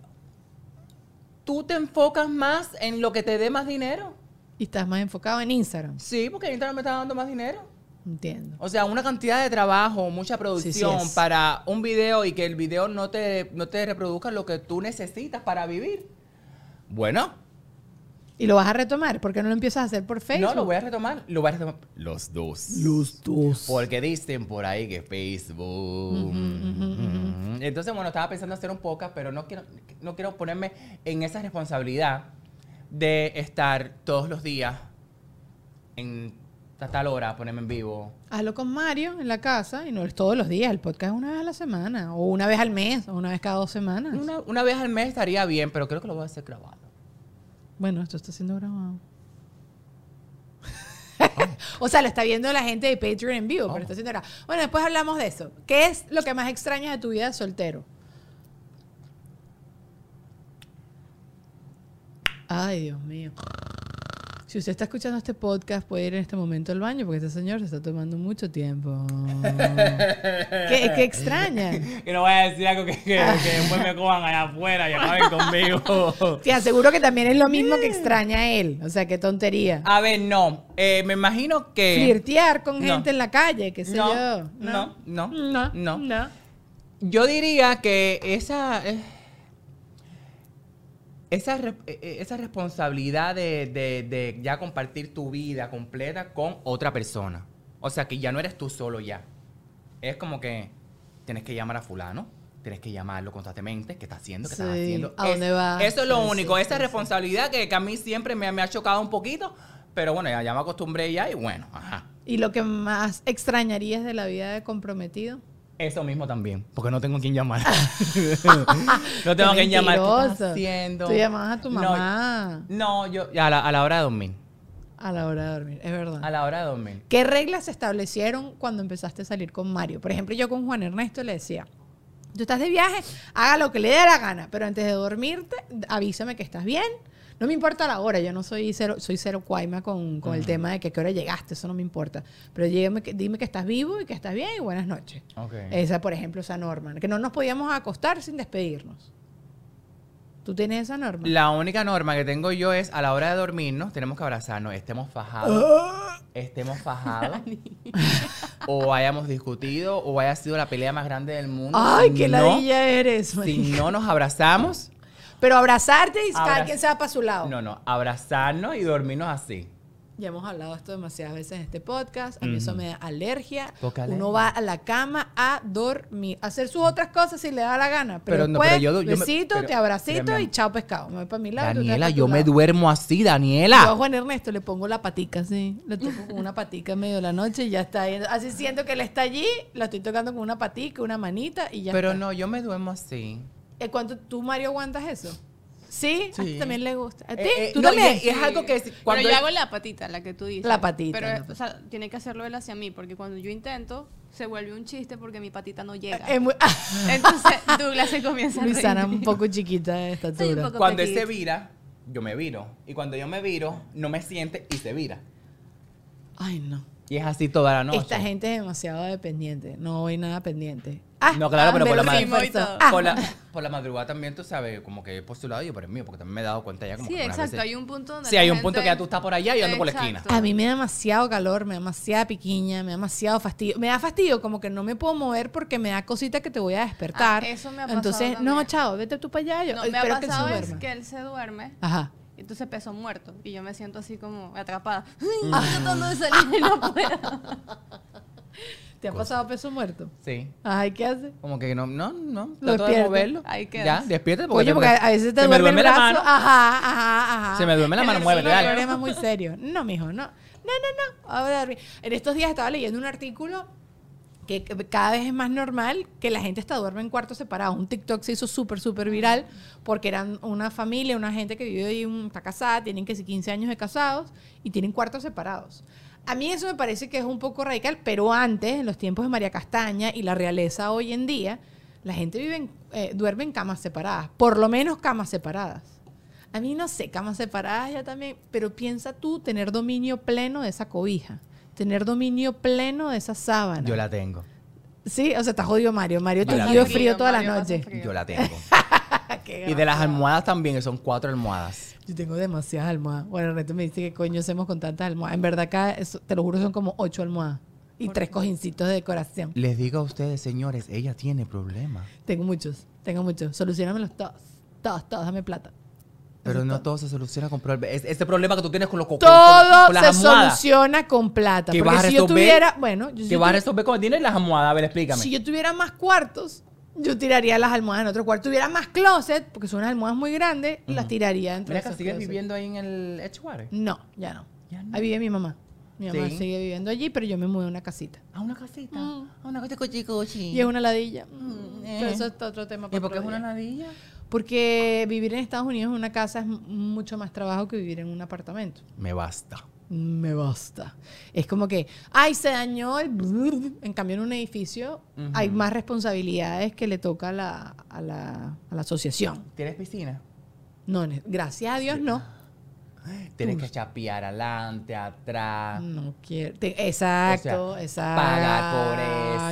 S2: tú te enfocas más en lo que te dé más dinero.
S1: Y estás más enfocado en Instagram.
S2: Sí, porque Instagram me está dando más dinero.
S1: Entiendo.
S2: O sea, una cantidad de trabajo, mucha producción
S1: es.
S2: para un video y que el video no te, no te reproduzca lo que tú necesitas para vivir. Bueno,
S1: ¿Y lo vas a retomar? ¿Por qué no lo empiezas a hacer por Facebook?
S2: no, lo voy a retomar. Lo voy a retomar. Los dos.
S1: Los dos.
S2: Porque dicen por ahí que Facebook. Entonces, bueno, estaba pensando hacer un podcast, pero no quiero, no quiero ponerme en esa responsabilidad de estar todos los días en a tal hora, ponerme en vivo.
S1: Hazlo con Mario en la casa y no es todos los días. El podcast es una vez a la semana, o una vez al mes, o una vez cada dos semanas.
S2: Una, una vez al mes estaría bien, pero creo que lo voy a hacer grabado.
S1: Bueno, esto está siendo grabado. o sea, lo está viendo la gente de Patreon en vivo, pero está siendo grabado. Bueno, después hablamos de eso. ¿Qué es lo que más extrañas de tu vida de soltero? Ay, Dios mío. Si usted está escuchando este podcast, puede ir en este momento al baño porque este señor se está tomando mucho tiempo. ¿Qué, qué extraña?
S2: Que no voy a decir algo que, que, que después me cojan allá afuera y acaben conmigo.
S1: Te aseguro que también es lo mismo que extraña a él. O sea, qué tontería.
S2: A ver, no. Eh, me imagino que.
S1: Flirtear con
S2: no.
S1: gente en la calle, qué sé
S2: No,
S1: yo.
S2: no,
S1: no,
S2: no,
S1: no.
S2: no.
S1: no.
S2: Yo diría que esa. eh, Esa, re- eh, eh, esa responsabilidad de, de- de ya compartir tu vida completa con otra persona. O sea, que ya no eres tú solo ya. Es como que tienes que llamar a fulano, tienes que llamarlo constantemente, qué está haciendo, qué estás
S1: Sí,
S2: haciendo.
S1: ¿a
S2: Es-
S1: dónde vas?
S2: Eso es lo
S1: Sí, sí,
S2: único, esa
S1: sí, sí.
S2: responsabilidad que, que a mí siempre me, me ha chocado un poquito, pero bueno, ya, ya me acostumbré ya y bueno, ajá.
S1: ¿Y lo que más extrañarías de la vida de comprometido?
S2: Eso mismo también, porque no tengo a quien llamar. no tengo a
S1: Qué
S2: quien llamar. ¿Qué estás
S1: mentiroso.
S2: haciendo?
S1: Tú llamabas a tu
S2: No,
S1: mamá
S2: No, yo a la, a la hora de dormir.
S1: a la hora de dormir, es verdad.
S2: A la hora de dormir.
S1: ¿Qué reglas se establecieron cuando empezaste a salir con Mario? Por ejemplo, yo con Juan Ernesto le decía, tú estás de viaje, haga lo que le dé la gana, pero antes de dormirte, avísame que estás bien. No me importa la hora, yo no soy cero, soy cero cuaima con, con el tema de que a qué hora llegaste, eso no me importa. Pero dígame que- dime que estás vivo y que estás bien y buenas noches.
S2: Ok.
S1: Esa, por ejemplo, esa norma, que no nos podíamos acostar sin despedirnos. ¿Tú tienes esa norma?
S2: La única norma que tengo yo es a la hora de dormirnos tenemos que abrazarnos, estemos fajados, estemos fajados, o hayamos discutido, o haya sido la pelea más grande del mundo.
S1: Ay,
S2: Si
S1: qué
S2: no-
S1: ladilla eres.
S2: Si
S1: marica.
S2: no nos abrazamos,
S1: Pero abrazarte y cada
S2: Abra-
S1: quien se va para su lado.
S2: no, no, abrazarnos y dormirnos así.
S1: Ya hemos hablado esto demasiadas veces en este podcast. A mí eso
S2: Ujú.
S1: me da alergia.
S2: Poca
S1: Uno
S2: alergia.
S1: va a la cama a dormir, a hacer sus otras cosas si le da la gana. Pero,
S2: Pero no,
S1: después,
S2: pero yo- yo me-
S1: besito,
S2: pero-
S1: te abracito
S2: pero, mi
S1: y
S2: am-
S1: chao pescado. Me voy para mi lado. tú te vas
S2: Daniela,
S1: pa' tu
S2: yo me
S1: lado.
S2: duermo así, Daniela.
S1: Yo a Juan Ernesto le pongo la patica así, le toco con una patica en medio de la noche y ya está. ahí. Así siento que él está allí, la estoy tocando con una patica, una manita y ya
S2: Pero
S1: está.
S2: no, yo me duermo así.
S1: ¿Eh, ¿Cuánto tú, Mario, aguantas eso? ¿Sí? A ti
S2: Sí.
S1: también le gusta. ¿A ti?
S2: Eh, eh,
S1: ¿Tú
S2: no,
S1: también?
S2: y es- y es algo que si- cuando
S3: Pero yo
S2: es-
S3: hago la patita, la que tú dices.
S1: La patita,
S3: Pero,
S1: no.
S3: o sea, tiene que hacerlo él hacia mí, porque cuando yo intento, se vuelve un chiste porque mi patita no llega.
S1: Es muy-
S3: Entonces Douglas se comienza a reír.
S1: Eh, Luisana, un poco chiquita de
S3: Soy un
S1: estatura.
S3: poco
S2: Cuando él
S3: petite.
S2: se vira, yo me viro. Y cuando yo me viro, no me siente y se vira.
S1: Ay, no.
S2: Y es así toda la noche.
S1: Esta gente es demasiado dependiente. No voy nada pendiente. Ah,
S2: No, claro, pero por la
S1: Andrés
S3: madre-
S1: se esforzó.
S3: Ah.
S2: Por, la, por la madrugada también, tú sabes, como que por su lado yo por el mío, porque también me he dado cuenta ya como
S3: Sí,
S2: que algunas
S3: exacto.
S2: veces-
S3: Hay un punto donde.
S2: Sí,
S3: la
S2: hay un
S3: gente-
S2: punto que ya tú estás por allá y yo ando por la esquina.
S3: Exacto.
S1: A mí me da demasiado calor, me da demasiada piquiña, me da demasiado fastidio. Me da fastidio como que no me puedo mover porque me da cosita que te voy a despertar.
S3: Ah, eso me ha pasado
S1: Entonces, no,
S3: también.
S1: chao, vete tú para allá. Yo
S3: No, me ha
S1: espero que él se
S3: pasado es
S1: duerma.
S3: que él se duerme.
S1: Ajá.
S3: y Entonces peso muerto y yo me siento así como atrapada.
S2: Mm.
S3: Ay, tratando de salir y no puedo.
S1: ¿Te ha
S2: Cosa.
S1: pasado peso muerto?
S2: Sí.
S1: Ay, ¿qué hace?
S2: Como que no, no, no.
S1: Lo
S2: Trato de
S1: despierto.
S2: moverlo.
S3: Ahí
S2: ya,
S3: quedas.
S2: despierte porque,
S1: Oye,
S2: te-
S1: porque a a veces te
S2: se me
S1: duerme, el
S2: la
S1: brazo. ah,
S2: mano.
S1: Ajá, ajá, ajá.
S2: Se me duerme la mano,
S3: Sí,
S2: mueve,
S1: Es un
S3: Claro.
S2: dale.
S1: problema muy serio. No, mijo, no. No, no, no. Ahora dormí. En estos días estaba leyendo un artículo que que cada vez es más normal que la gente hasta duerme en cuartos separados. Un TikTok se hizo súper, súper viral porque eran una familia, una gente que vive ahí, un- está casada, tienen que ser 15 años de casados y tienen cuartos separados. A mí eso me parece que es un poco radical, pero antes, en los tiempos de María Castaña y la realeza hoy en día, la gente vive en- eh, duerme en camas separadas, por lo menos camas separadas. A mí no sé, camas separadas ya también, pero piensa tú tener dominio pleno de esa cobija, tener dominio pleno de esa sábana.
S2: Yo la tengo.
S1: Sí, o sea, está jodido Mario. Mario
S2: Yo la
S1: tejido
S2: tengo.
S1: frío toda la
S3: Mario pasa
S1: noche. Ah,
S3: frío.
S2: Yo la tengo.
S1: Qué
S2: y de las almohadas también, que son cuatro almohadas.
S1: Yo tengo demasiadas almohadas. Bueno, Reto me dice que coño hacemos con tantas almohadas. En verdad, acá, eso- te lo juro, son como ocho almohadas y tres cojincitos de decoración.
S2: Les digo a ustedes, señores, ella tiene problemas.
S1: Tengo muchos, tengo muchos. Solucionamelos todos, todos, todos, dame plata.
S2: Pero no todo se soluciona con problemas. Es, este problema que tú tienes con los cocos.
S1: Todo
S2: con, las
S1: se
S2: almohadas.
S1: soluciona con plata.
S2: Que vas
S1: Porque
S2: a
S1: si yo
S2: resolver-
S1: tuviera, bueno, yo, si
S2: Que
S1: yo
S2: vas a
S1: tuvi-
S2: resolver con el dinero y las almohadas. A ver, explícame.
S1: si yo tuviera más cuartos, yo tiraría las almohadas en otro cuarto. Tuviera más closet, porque son unas almohadas muy grandes, las tiraría entre
S2: Mira que
S1: esos
S2: sigues
S1: closets.
S2: viviendo ahí en el Edgewater.
S1: No, ya no.
S2: Ya no.
S1: Ahí vive mi mamá. Mi mamá
S2: Sí.
S1: sigue viviendo allí, pero yo me mudé a una casita.
S2: A una casita.
S1: Mm.
S2: A una casita cochicochi.
S1: Y es una ladilla. Mm,
S2: eh.
S1: pero eso es otro tema. para
S2: por qué es
S1: otro
S2: una
S1: día.
S2: ladilla?
S1: Porque vivir en Estados Unidos en una casa es m- mucho más trabajo que vivir en un apartamento.
S2: Me basta.
S1: Me basta. Es como que, ay, se dañó. el brrr. En cambio, en un edificio
S2: Ujú.
S1: hay más responsabilidades que le toca a la, a la, a la asociación.
S2: ¿Tienes piscina?
S1: No, ne- gracias a Dios, no.
S2: Tienes que chapear adelante, atrás.
S1: No quiero. te- exacto,
S2: O Ah. sea,
S1: exacto.
S2: Pagar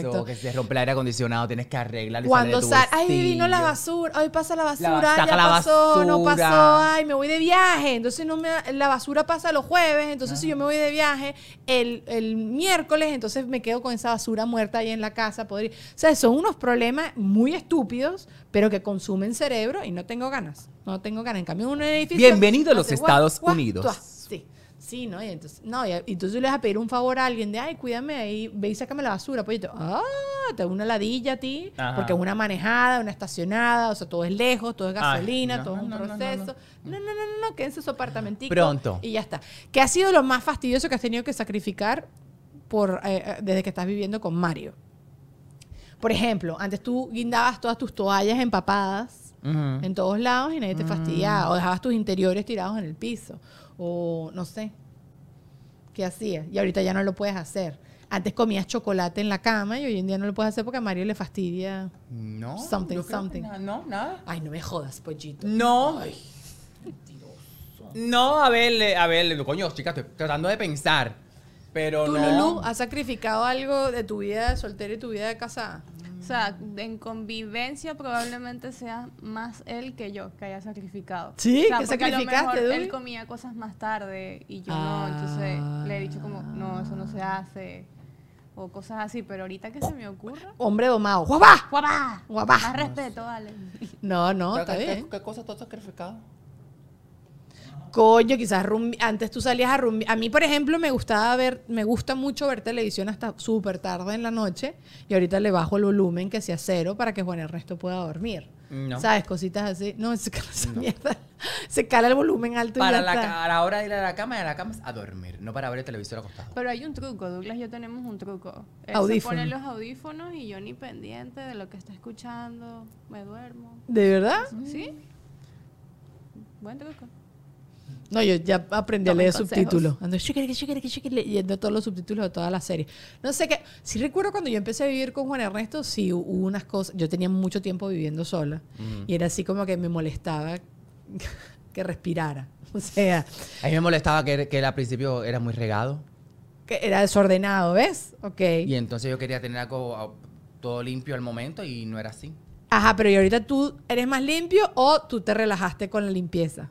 S2: por eso, que se rompe el aire acondicionado, tienes que arreglar y
S1: Cuando
S2: sale de
S1: sal,
S2: tu
S1: ay, vino la
S2: bolsillo.
S1: basura, ay, pasa la basura,
S2: La- saca
S1: ya
S2: la
S1: pasó, no
S2: basura.
S1: pasó, ay, me voy de viaje, entonces no me, la basura pasa los jueves, entonces si yo me voy de viaje el, el miércoles, entonces me quedo con esa basura muerta ahí en la casa, podría, o sea, son unos problemas muy estúpidos, pero que consumen cerebro y no tengo ganas, no tengo ganas, en cambio uno en el edificio.
S2: Bienvenido a los
S1: hace guas,
S2: Estados
S1: guas,
S2: Unidos.
S1: tuas, sí. Sí, ¿no? Y entonces, no, y, y tú sí le vas a pedir un favor a alguien de, ay, cuídame ahí, ve y sácame la basura, pollito. Ah, te da una ladilla a ti,
S2: Ajá.
S1: porque es una manejada, una estacionada, o sea, todo es lejos, todo es gasolina,
S2: Ay, no,
S1: todo es un
S2: no, no, no, no.
S1: proceso. No, no, no, no, no, quédense en su apartamentico.
S2: Pronto.
S1: Y ya está. ¿Qué ha sido lo más fastidioso que has tenido que sacrificar por, eh, eh, desde que estás viviendo con Mario? Por ejemplo, antes tú guindabas todas tus toallas empapadas
S2: Ujú. Mm.
S1: en todos lados y nadie te fastidiaba. O dejabas tus interiores tirados en el piso. O no sé. ¿Qué hacías? Y ahorita ya no lo puedes hacer. Antes comías chocolate en la cama y hoy en día no lo puedes hacer porque a Mario le fastidia.
S2: No.
S1: Something,
S2: yo creo que
S1: something.
S2: na- no, nada.
S1: Ay, no me jodas, pollito.
S2: No. No, a ver, le- a ver, le- coño, chicas, estoy tratando de pensar. Pero
S1: ¿Tú,
S2: no.
S1: Lulú, ah, has sacrificado algo de tu vida de soltera y tu vida de casada?
S3: O sea, en convivencia probablemente sea más él que yo que haya sacrificado.
S1: Sí, ¿qué
S3: o sea, porque a lo
S1: sacrificaste,
S3: mejor
S1: Duli?
S3: Él comía cosas más tarde y yo
S1: Ah.
S3: no, entonces le he dicho como, no, eso no se hace o cosas así, pero ahorita que se me ocurra.
S1: Hombre domado. ¡Guapá!
S3: ¡Guapá!
S1: ¡Guapá!
S3: Más respeto, vale.
S1: No, no,
S2: Pero
S1: está
S2: ¿qué-
S1: bien.
S2: ¿Qué, qué cosa tú has sacrificado?
S1: Coño, quizás rumbi- antes tú salías a rumbi- A mí, por ejemplo, me gustaba ver, me gusta mucho ver televisión hasta súper tarde en la noche y ahorita le bajo el volumen que sea cero para que Juan Ernesto pueda dormir.
S2: No.
S1: ¿Sabes? Cositas así. No, se cala esa mierda. Se cala el volumen alto y
S2: Para
S1: ya
S2: la,
S1: está.
S2: ca- a la hora de ir a la cama, y a la cama es a dormir, no para ver el televisor acostado.
S3: Pero hay un truco, Douglas y yo tenemos un truco. Él se
S1: Audífono.
S3: pone los audífonos y yo ni pendiente de lo que está escuchando, me duermo.
S1: ¿De verdad?
S3: ¿Sí? Buen truco.
S1: No, yo ya aprendí a
S3: Tomen
S1: leer
S3: consejos.
S1: subtítulos. Ando shikiriki, shikiriki, shikiriki, leyendo todos los subtítulos de toda la serie. No sé qué. Sí recuerdo cuando yo empecé a vivir con Juan Ernesto, sí hu- hubo unas cosas. Yo tenía mucho tiempo viviendo sola y era así como que me molestaba que respirara. O sea,
S2: A mí me molestaba que, que él al principio era muy regado.
S1: que era desordenado, ¿ves? Ok.
S2: Y entonces yo quería tener algo ah, todo limpio al momento y no era así.
S1: Ajá, pero ¿y ahorita tú eres más limpio o tú te relajaste con la limpieza?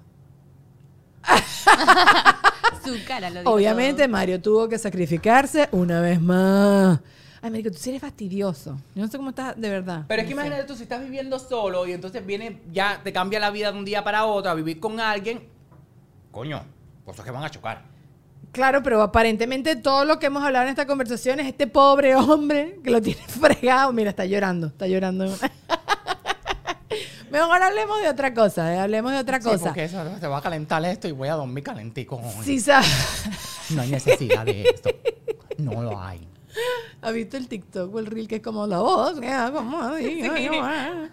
S3: Su cara lo dijo
S1: Obviamente
S3: todo.
S1: Mario tuvo que sacrificarse una vez más. Ay, me dijo, tú sí eres fastidioso. Yo no sé cómo estás, de verdad.
S2: Pero es que imagínate tú si estás viviendo solo y entonces viene, ya te cambia la vida de un día para otro a vivir con alguien. Coño, cosas que van a chocar.
S1: Claro, pero aparentemente todo lo que hemos hablado en esta conversación es este pobre hombre que lo tiene fregado. Mira, está llorando, está llorando. Mejor hablemos de otra cosa, eh, hablemos de otra cosa.
S2: porque eso se va a calentar esto y voy a dormir calentico.
S1: Sí, sabes.
S2: No hay necesidad de esto. No lo hay.
S1: ¿Has visto el TikTok o el reel que es como la voz? eh, como así, ay, ay,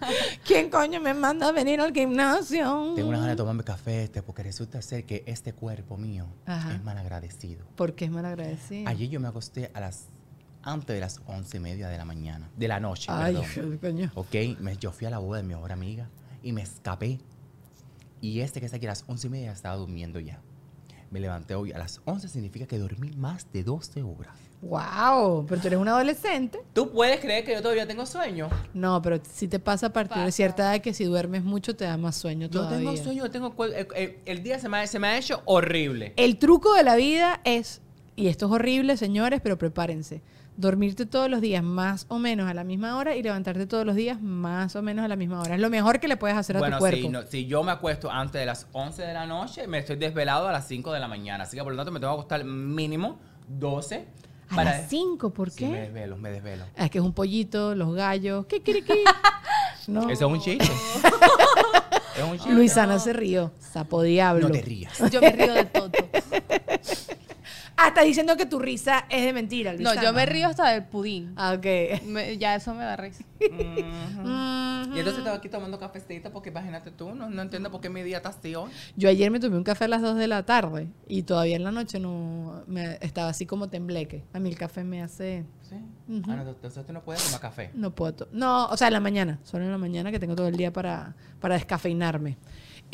S1: ay. ¿Quién coño me manda a venir al gimnasio?
S2: Tengo una ganas de tomarme café este porque resulta ser que este cuerpo mío
S1: Ajá.
S2: es mal agradecido.
S1: Porque es malagradecido.
S2: Ayer yo me acosté a las antes de las once y media de la mañana, de la noche,
S1: Ay,
S2: perdón.
S1: coño.
S2: Ok, me- yo fui a la boda de mi mejor amiga y me escapé. Y este que está aquí a las once y media estaba durmiendo ya. Me levanté hoy a las 11, significa que dormí más de 12 horas.
S1: Wow, pero tú eres un adolescente.
S2: ¿Tú puedes creer que yo todavía tengo sueño?
S1: No, pero si te pasa a partir de
S3: Pasa.
S1: cierta edad que si duermes mucho te da más sueño
S2: Yo
S1: todavía.
S2: tengo sueño, yo tengo... cuer- El, el- el día se me, ha, se me ha hecho horrible.
S1: El truco de la vida es, y esto es horrible, señores, pero prepárense. Dormirte todos los días más o menos a la misma hora y levantarte todos los días más o menos a la misma hora. Es lo mejor que le puedes hacer a
S2: Bueno,
S1: tu cuerpo.
S2: si, no- si yo me acuesto antes de las 11 de la noche, me estoy desvelado a las 5 de la mañana. Así que por lo tanto me tengo que acostar mínimo 12.
S1: a
S2: para-
S1: las 5, ¿por
S2: Sí, me
S1: qué?
S2: desvelo, me desvelo.
S1: Ah, Es que es un pollito, los gallos, ¿qué quiere No.
S2: Eso es un chiste. es un chiste.
S1: Luisana se rió, sapo diablo.
S2: No te rías.
S3: Yo me río de todo.
S1: Ah, estás diciendo que tu risa es de mentira,
S3: No,
S1: Luisana.
S3: yo me río hasta del pudín.
S1: Ah, ok.
S3: Me- ya eso me da risa.
S2: Y entonces estaba aquí tomando cafecito porque imagínate tú, no, no entiendo por qué mi día está así hoy.
S1: Yo ayer me tomé un café a las 2 de la tarde y todavía en la noche no me estaba así como tembleque. A mí el café me hace
S2: Sí. Ah, no, entonces tú no puedes tomar café.
S1: no puedo. to- No, o sea, en la mañana, solo en la mañana que tengo todo el día para, para descafeinarme.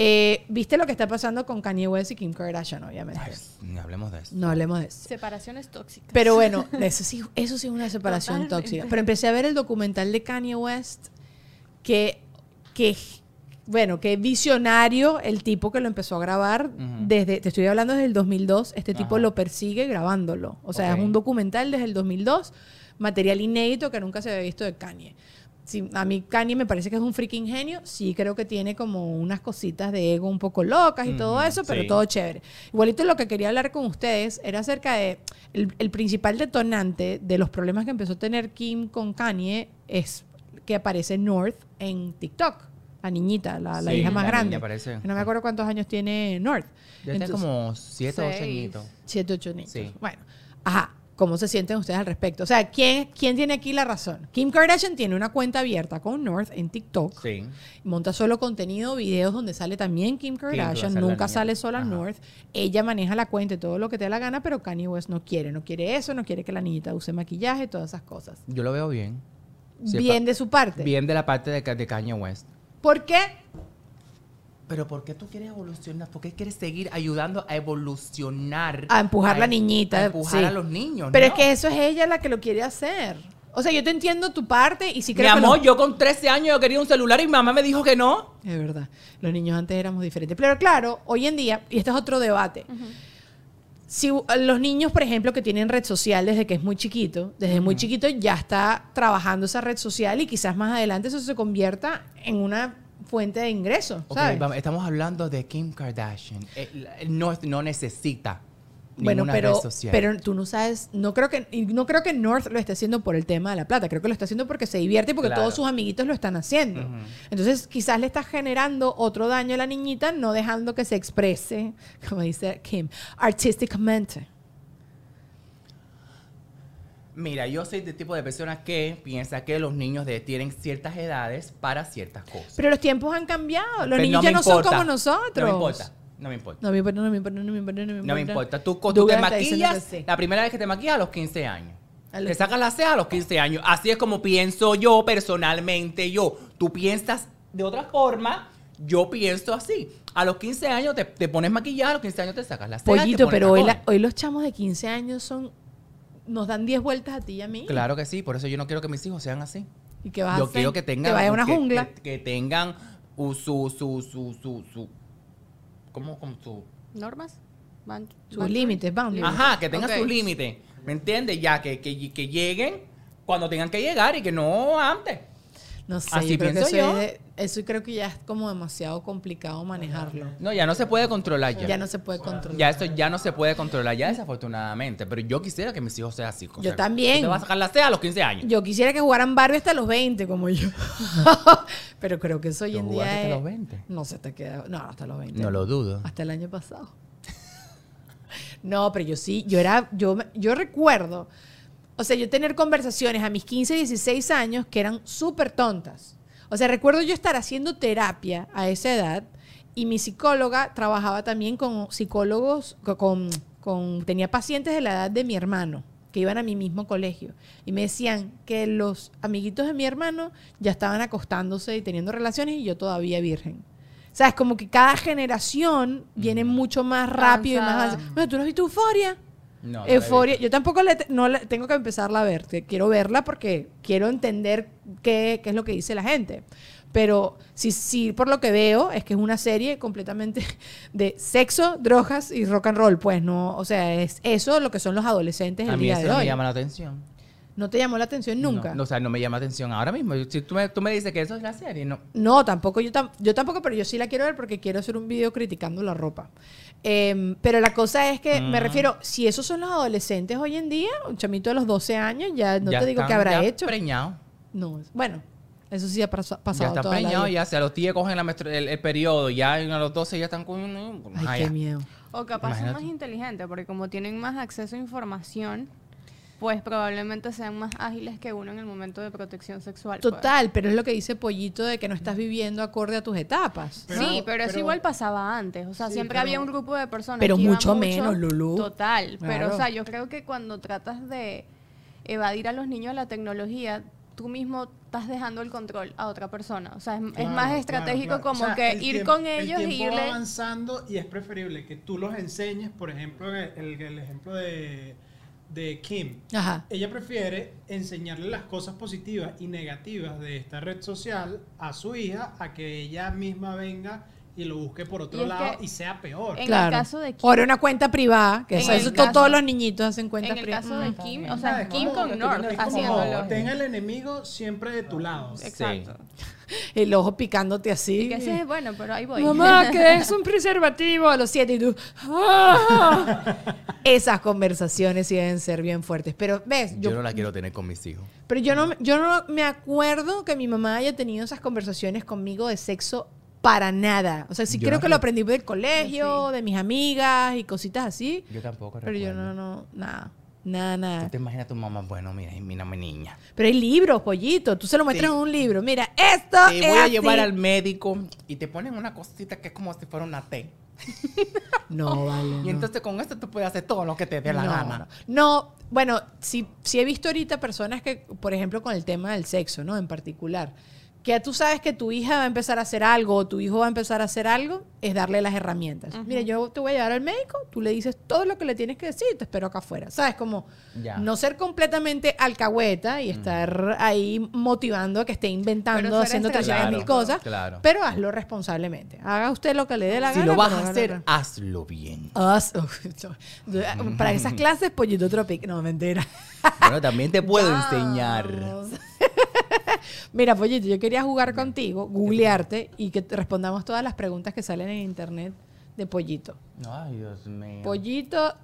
S1: Eh, ¿Viste lo que está pasando con Kanye West y Kim Kardashian, obviamente?
S2: Ay, ni hablemos de eso.
S1: No hablemos de eso.
S3: Separaciones tóxicas.
S1: Pero bueno, eso sí, eso sí es una separación
S3: Totalmente.
S1: tóxica. Pero empecé a ver el documental de Kanye West, que, que bueno, que visionario el tipo que lo empezó a grabar.
S2: Ujú.
S1: desde Te estoy hablando desde el 2002. Este tipo
S2: Ajá.
S1: lo persigue grabándolo. O sea,
S2: Ok.
S1: es un documental desde el 2002, material inédito que nunca se había visto de Kanye. Sí, a mí Kanye me parece que es un freaking genio. Sí, creo que tiene como unas cositas de ego un poco locas y todo
S2: Ujú,
S1: eso, pero
S2: sí.
S1: todo chévere. Igualito lo que quería hablar con ustedes era acerca de el, el principal detonante de los problemas que empezó a tener Kim con Kanye es que aparece North en TikTok, la niñita, la, la
S2: Sí,
S1: hija más
S2: la niña
S1: grande.
S2: aparece.
S1: No me acuerdo cuántos años tiene North.
S2: Ya está
S1: Entonces-
S2: como 7 o 8
S3: Seis.
S2: añitos.
S1: Siete, ocho niños.
S2: Sí.
S1: Bueno, ajá. ¿Cómo se sienten ustedes al respecto? O sea, ¿quién, ¿quién tiene aquí la razón? Kim Kardashian tiene una cuenta abierta con North en TikTok.
S2: Sí.
S1: Monta solo contenido, videos donde sale también Kim Kardashian.
S2: Kardashian, la
S1: Nunca
S2: niña.
S1: sale sola
S2: Ajá.
S1: North. Ella maneja la cuenta y todo lo que te dé la gana, pero Kanye West no quiere. No quiere eso, no quiere que la niñita use maquillaje, todas esas cosas.
S2: Yo lo veo bien. Sí,
S1: Bien
S2: pa-
S1: de su parte.
S2: Bien de la parte de, Ka- de Kanye West.
S1: ¿Por qué?
S2: Pero ¿por qué tú quieres evolucionar? ¿Por qué quieres seguir ayudando a evolucionar?
S1: A empujar la
S2: em-
S1: niñita,
S2: A empujar
S1: sí.
S2: a los niños.
S1: Pero
S2: no.
S1: es que eso es ella la que lo quiere hacer. O sea, yo te entiendo tu parte y si
S2: Mi
S1: creo que lo-
S2: amor, yo con 13 años yo quería un celular y mi mamá me dijo que no.
S1: Es verdad. Los niños antes éramos diferentes. Pero claro, hoy en día, y este es otro debate. Si uh, los niños, por ejemplo, que tienen red social desde que es muy chiquito, desde muy chiquito ya está trabajando esa red social y quizás más adelante eso se convierta en una fuente de ingreso,
S2: Ok,
S1: ¿sabes?
S2: vamos, estamos hablando de Kim Kardashian. Eh, la- No, es- no necesita
S1: Bueno,
S2: ninguna
S1: pero,
S2: red social.
S1: pero tú no sabes, no creo que y no creo que North lo esté haciendo por el tema de la plata, creo que lo está haciendo porque se divierte y porque
S2: Claro.
S1: todos sus amiguitos lo están haciendo.
S2: Ujú.
S1: Entonces, quizás le está generando otro daño a la niñita no dejando que se exprese, como dice Kim, artísticamente.
S2: Mira, yo soy del tipo de persona que piensa que los niños de- tienen ciertas edades para ciertas cosas.
S1: Pero los tiempos han cambiado, los
S2: Pero
S1: niños
S2: me
S1: ya no son
S2: importa.
S1: como nosotros.
S2: No me importa, no me importa.
S1: No me importa, no me importa, no me importa, no me importa.
S2: No me importa. Tú, tú
S1: Douglas
S2: te
S1: está diciendo
S2: maquillas
S1: que sí.
S2: la primera vez que te maquillas a los 15 años.
S1: A los
S2: Te sacas la ceja a los 15 años. Así es como pienso yo personalmente. Yo, tú piensas de otra forma. Yo pienso así. A los 15 años te, te pones maquillada, a los 15 años te sacas la ceja. y te
S1: Pollito,
S2: pones
S1: pero hoy, la-
S2: tacón.
S1: hoy los chamos de 15 años son nos dan 10 vueltas a ti y a mí.
S2: Claro que sí, por eso yo no quiero que mis hijos sean así.
S1: ¿Y qué vas a
S2: yo
S1: hacer?
S2: quiero que tengan.
S1: Que vaya a una
S2: que-
S1: jungla.
S2: Que, que tengan uh, su, su, su, su, su. ¿Cómo? Como su.
S3: ¿Normas? Ban-
S1: Sus
S3: ban-
S1: límites, boundaries.
S2: Ajá, que tengan
S3: Ok.
S2: su límite. ¿Me entiendes? Ya, que, que, que lleguen cuando tengan que llegar y que no antes.
S1: No sé,
S2: Así
S1: yo creo que eso,
S2: pienso yo.
S1: es de- eso creo que ya es como demasiado complicado manejarlo.
S2: No, ya no se puede controlar ya.
S1: Ya, no se puede controlar.
S2: Ya eso ya no se puede controlar ya desafortunadamente, pero yo quisiera que mis hijos sean así. o
S1: Yo
S2: sea,
S1: también.
S2: tú Te vas a sacar la ceja a los 15 años.
S1: Yo quisiera que jugaran Barbie hasta los 20 como yo. pero creo que eso hoy
S2: ¿Tú
S1: en
S2: jugaste
S1: día
S2: hasta
S1: es-
S2: los 20?
S1: No se te queda, no, hasta los 20.
S2: No lo dudo.
S1: Hasta el año pasado. No, pero yo sí, yo era, yo, me- yo recuerdo, o sea, yo tener conversaciones a mis 15, 16 años que eran súper tontas. O sea, recuerdo yo estar haciendo terapia a esa edad y mi psicóloga trabajaba también con psicólogos, co- con, con- tenía pacientes de la edad de mi hermano que iban a mi mismo colegio y me decían que los amiguitos de mi hermano ya estaban acostándose y teniendo relaciones y yo todavía virgen. O sea, es como que cada generación viene mucho más rápido y más
S3: Avanzada.
S1: avanzada. Bueno, tú no has visto Euforia.
S2: No, no la he
S1: Euforia. Yo tampoco la, te- no la- tengo que empezarla a ver. que Quiero verla porque quiero entender qué, qué es lo que dice la gente. Pero sí, sí, por lo que veo, es que es una serie completamente de sexo, drogas y rock and roll. Pues no, o sea, es eso lo que son los adolescentes el
S2: visto. A mí
S1: día
S2: eso
S1: de
S2: no
S1: hoy.
S2: me llama la atención.
S1: No te llamó la atención nunca.
S2: No, no, o sea, no me llama la atención ahora mismo. Yo- Si tú me, tú me dices que eso es la serie, no.
S1: No, tampoco, yo, tam- yo tampoco, pero yo sí la quiero ver porque quiero hacer un video criticando la ropa. Em, pero la cosa es que, me
S2: Mm.
S1: refiero, si esos son los adolescentes hoy en día, un chamito de los 12 años, ya no
S2: Ya
S1: te digo
S2: están
S1: que habrá
S2: ya
S1: hecho.
S2: preñado.
S1: No, es- bueno, eso sí ha pas- pasado
S2: Ya están
S1: toda la
S2: preñados,
S1: vida.
S2: ya. Si a los tíos cogen la menstru- el, el periodo, ya a los 12 ya están con.
S1: Ay,
S2: Ah,
S1: qué
S2: ya.
S1: miedo.
S3: O capaz son
S2: Imagínate.
S3: más inteligentes, porque como tienen más acceso a información, pues probablemente sean más ágiles que uno en el momento de protección sexual. pues.
S1: Total, pero es lo que dice Pollito de que no estás viviendo acorde a tus etapas.
S3: sí, pero eso igual pasaba antes. O sea, siempre había un grupo de personas.
S1: Pero
S3: que iban
S1: mucho menos, Lulú.
S3: Total. Pero,
S1: Claro.
S3: o sea, yo creo que cuando tratas de evadir a los niños la tecnología, tú mismo estás dejando el control a otra persona. O sea, es, es
S4: Claro,
S3: más
S4: claro,
S3: estratégico
S4: claro.
S3: como
S4: O sea,
S3: que
S4: el
S3: ir
S4: tiempo-
S3: con ellos
S4: el
S3: y
S4: tiempo va
S3: irle.
S4: avanzando y es preferible que tú los enseñes, por ejemplo, el, el ejemplo de, de Kim.
S1: Ajá.
S4: Ella prefiere enseñarle las cosas positivas y negativas de esta red social a su hija a que ella misma venga y lo busque por
S3: Y
S4: otro
S3: es
S4: lado
S3: que-
S4: y sea peor.
S3: en el
S1: claro.
S3: caso de Kim-
S1: Ahora una cuenta privada, que
S3: En
S1: eso,
S3: el
S1: eso to-
S3: caso-
S1: todos los niñitos hacen
S3: En
S1: cuentas
S3: el
S1: privadas.
S3: caso de Kim, o
S4: Ah,
S3: sea,
S4: es
S3: Kim
S4: como-
S3: con North
S4: es como,
S3: haciéndolo.
S4: Ten al enemigo siempre de tu lado.
S3: Exacto.
S1: El ojo picándote así.
S3: Y que ese es bueno, pero ahí voy.
S1: Mamá, que es un preservativo a los siete y tú. "Ah". Esas conversaciones sí deben ser bien fuertes. Pero ves, yo,
S2: Yo no la quiero tener con mis hijos.
S1: pero yo no, yo no me acuerdo que mi mamá haya tenido esas conversaciones conmigo de sexo para nada. O sea, sí
S2: Yo
S1: creo
S2: no
S1: que lo
S2: re-
S1: aprendí del colegio,
S3: Sí.
S1: de mis amigas y cositas así.
S2: Yo tampoco
S1: Pero yo no, no, nada. Nada, nada.
S2: ¿Tú te imaginas a tu mamá? Bueno, mira, mira mi niña.
S1: Pero hay libros, pollito. Tú se lo muestras
S2: Sí.
S1: en un libro. Mira, esto
S2: Te
S1: es
S2: voy a
S1: así.
S2: llevar al médico y te ponen una cosita que es como si fuera una T.
S1: No, vale.
S2: Y
S1: no.
S2: entonces con esto tú puedes hacer todo lo que te dé la
S1: no,
S2: gana.
S1: No, bueno, sí, sí he visto ahorita personas que, por ejemplo, con el tema del sexo, ¿no? En particular, que ya tú sabes que tu hija va a empezar a hacer algo o tu hijo va a empezar a hacer algo, es darle las herramientas.
S3: Ujú.
S1: Mira, yo te voy a llevar al médico, tú le dices todo lo que le tienes que decir y te espero acá afuera. ¿Sabes? Como
S2: Ya. Mm.
S1: no ser completamente alcahueta y estar ahí motivando a que esté inventando,
S3: Pero ser
S1: haciendo 300 mil
S2: estratégico.
S1: cosas,
S2: Claro.
S1: pero hazlo responsablemente. Haga usted lo que le dé la
S2: Si
S1: gana.
S2: lo vas
S1: pero
S2: a
S1: hágalo
S2: hacer,
S1: re-
S2: hazlo bien.
S1: Us- para esas clases, pollito tropic. No, mentira.
S2: Bueno, también te puedo
S1: Vamos.
S2: enseñar.
S1: Mira, Pollito, yo quería jugar contigo, googlearte y que te respondamos todas las preguntas que salen en internet de Pollito.
S2: Ay, Dios mío.
S1: Pues Pollito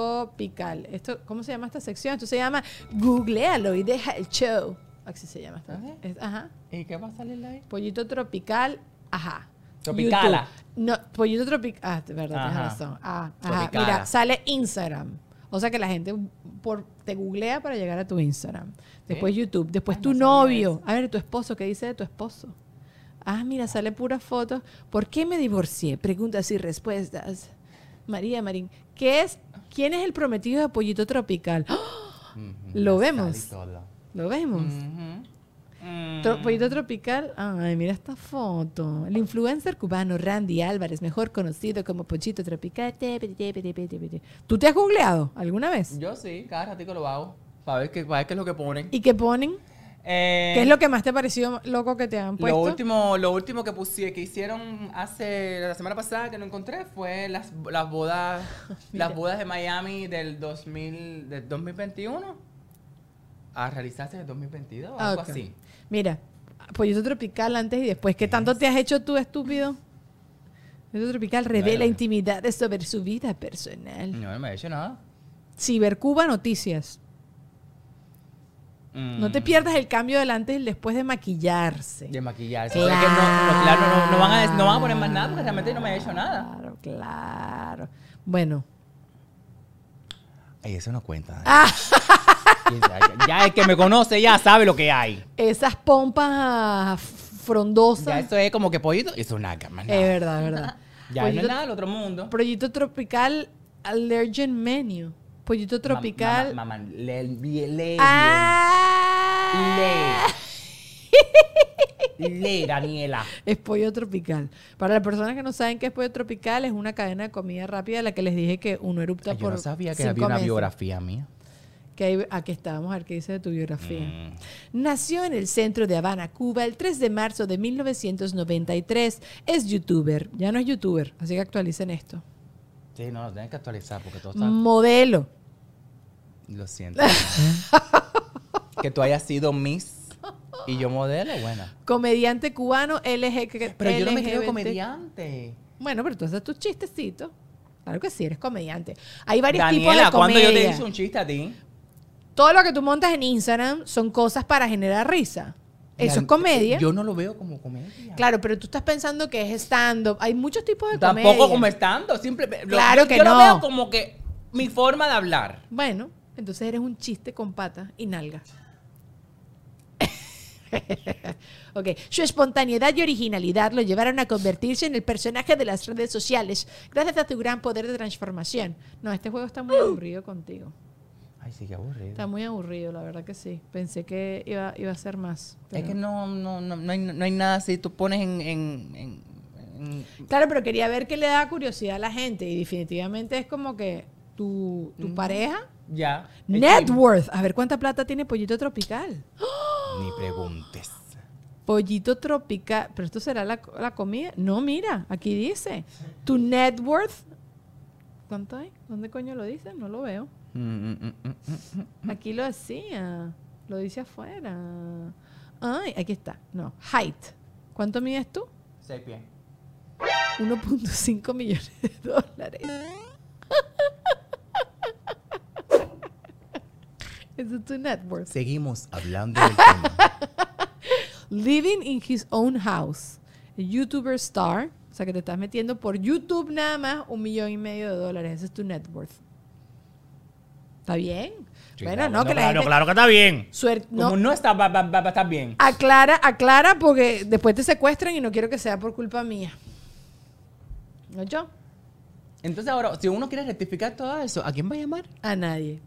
S1: tropical. Esto, ¿Cómo se llama esta sección? Esto se llama Googlealo y deja el show. Así se llama. esta-
S2: Ajá.
S1: es- ajá.
S2: ¿Y qué va a salir ahí?
S1: Pollito tropical, ajá.
S2: Tropicala.
S1: YouTube. No, pollito tropical. Ah, de verdad, tienes
S2: Ajá.
S1: razón. Ah, ajá.
S2: Tropicala.
S1: Mira, sale Instagram. O sea que la gente por, te googlea para llegar a tu Instagram. Después
S2: ¿Sí?
S1: YouTube. Después
S2: Ay,
S1: tu
S2: no sabía
S1: novio.
S2: eso.
S1: A ver, tu esposo. ¿Qué dice de tu esposo? Ah, mira, sale puras fotos. ¿Por qué me divorcié? Preguntas y respuestas. María Marín, ¿qué es, ¿quién es el prometido de Pollito Tropical? ¡Ah! Lo vemos. Lo vemos. Tro- Pollito Tropical, ay, mira esta foto. El influencer cubano Randy Álvarez, mejor conocido como Pollito Tropical. te- te- te- te- te- te- te. ¿Tú te has googleado alguna vez?
S2: Mm. Yo sí, cada ratito lo hago. Para ver qué, para ver qué es lo que ponen.
S1: ¿Y qué ponen?
S2: Eh,
S1: ¿Qué es lo que más te ha parecido loco que te han puesto?
S2: Lo último, lo último que pusi- que hicieron hace la semana pasada que no encontré fue las, las bodas las bodas de Miami del 2000 del 2021 a realizarse Ah, en el 2022
S1: Ah,
S2: algo
S1: ok.
S2: así.
S1: Mira, Pollito Tropical antes y después. ¿Qué tanto te has hecho tú, estúpido? Pollito Tropical revela
S2: Bueno.
S1: intimidades sobre su vida personal.
S2: No, no me he hecho nada.
S1: Cibercuba Noticias. No te
S2: Mm,
S1: pierdas el cambio del antes y el después de maquillarse.
S2: de maquillarse. Es que no, no, claro, no, no van a, no van a poner más nada porque realmente no me he hecho nada.
S1: Claro, claro. Bueno,
S2: Ey, eso no cuenta.
S1: Ah.
S2: ya, el que me conoce ya sabe lo que hay.
S1: esas pompas
S2: Ya
S1: frondosas.
S2: eso es como que pollito. Eso es nada, más nada.
S1: es verdad, es verdad.
S2: ya no es
S1: Pollito-
S2: nada del otro mundo.
S1: Pollito tropical allergen menu. Pollito tropical.
S2: Ma- ma- Mamá, le, le, le,
S1: ¡Ah!
S2: le, le, Daniela.
S1: Es pollo tropical. Para las personas que no saben qué es pollo tropical, es una cadena de comida rápida de la que les dije que uno erupta
S2: Ay,
S1: por.
S2: Yo no sabía que
S1: cinco
S2: había una
S1: meses.
S2: biografía mía.
S1: Que hay- aquí estábamos, a ver qué dice de tu biografía.
S2: Mm.
S1: Nació en el centro de Habana, Cuba, el 3 de marzo de 1993. Es youtuber, ya no es youtuber, así que actualicen esto.
S2: Sí, no, lo tienen que actualizar porque todo
S1: Mm.
S2: está...
S1: Modelo.
S2: Lo siento. que tú hayas sido Miss y yo modelo, bueno.
S1: Comediante cubano LG.
S2: Pero yo no me creo
S1: LGBT.
S2: comediante.
S1: Bueno, pero tú haces tus chistecitos. Claro que sí, eres comediante. Hay varios tipos
S2: Daniela,
S1: de
S2: ¿cuándo
S1: comedia.
S2: yo te hice un chiste a ti?
S1: Todo lo que tú montas en Instagram son cosas para generar risa. Eso
S2: Dal-
S1: es comedia.
S2: Yo no lo veo como comedia.
S1: Claro, pero tú estás pensando que es stand-up. Hay muchos tipos de comedia.
S2: Tampoco como estando, simple. lo-
S1: Claro
S2: yo-
S1: que
S2: yo
S1: no.
S2: lo veo como que mi forma de hablar.
S1: Bueno, entonces eres un chiste con patas y nalgas. ok, su espontaneidad y originalidad lo llevaron a convertirse en el personaje de las redes sociales gracias a tu gran poder de transformación. No, este juego está muy aburrido contigo.
S2: Ay, sí, qué aburrido.
S1: Está muy aburrido, la verdad que sí. Pensé que iba, iba a ser más.
S2: Es
S1: pero-
S2: que no, no, no, no hay, no hay nada así. Tú pones en. en, en- en-
S1: Claro, pero quería ver qué le da curiosidad a la gente y definitivamente es como que tu,
S2: Mm.
S1: tu pareja...
S2: ya. Este,
S1: Net worth. A ver cuánta plata tiene Pollito Tropical.
S2: Ni preguntes.
S1: Pollito tropical. ¿Pero esto será la, la comida? No, mira, aquí dice. Tu net worth. ¿Cuánto hay? ¿Dónde coño lo dice? No lo veo.
S2: Mm, mm, mm, mm, mm, mm.
S1: Aquí lo decía. Lo dice afuera. Ay, aquí está. No. Height. ¿Cuánto mides tú?
S2: Seis pies.
S1: 1.5 millones de dólares. Eso es tu net worth.
S2: Seguimos hablando del tema.
S1: Living in his own house. YouTuber star. O sea que te estás metiendo por YouTube nada más un millón y medio de dólares. Ese es tu net worth. ¿Está bien?
S2: Sí,
S1: bueno,
S2: está
S1: no, que la
S2: claro,
S1: gente-
S2: claro que está bien.
S1: suer- no. Ah.
S2: Como no está, va, va- va- va a estar bien.
S1: Aclara, aclara porque después te secuestran y no quiero que sea por culpa mía. ¿No yo?
S2: Entonces, ahora, si uno quiere rectificar todo eso, ¿a quién va a llamar?
S1: A nadie.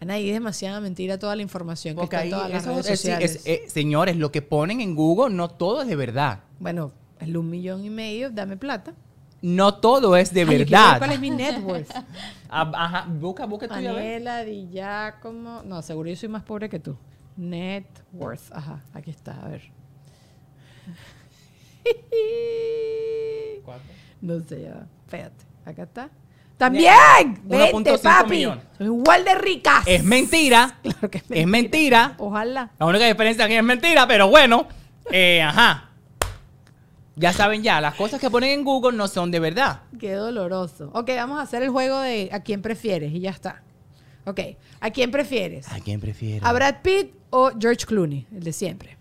S1: A nadie. Es demasiada mentira toda la información
S2: Porque
S1: que
S2: ahí,
S1: está en todas las
S2: eso
S1: redes
S2: es- sí, es-
S1: sociales.
S2: eh, señores, lo que ponen en Google no todo es de verdad.
S1: bueno, el un millón y medio, dame plata.
S2: No todo es de
S1: Ay, yo quiero ver
S2: verdad.
S1: ¿Cuál es mi net worth?
S2: Ah, Ajá, busca, busca tú y a ver.
S1: Anela, Di Giacomo. No, seguro yo soy más pobre que tú. Net worth. Ajá, aquí está, a ver. No sé, ya va. Espérate, acá está. También. Vente,
S2: 1.5
S1: papi.
S2: millones.
S1: Soy igual de ricas.
S2: Es mentira.
S1: Claro que es
S2: Es mentira.
S1: Ojalá.
S2: La única diferencia es que es mentira, pero bueno. Eh, ajá. Ya saben ya, las cosas que ponen en Google no son de verdad.
S1: Qué doloroso. Ok, vamos a hacer el juego de a quién prefieres y ya está. Ok, ¿a quién prefieres?
S2: ¿A quién prefieres?
S1: ¿A Brad Pitt o George Clooney? El de siempre.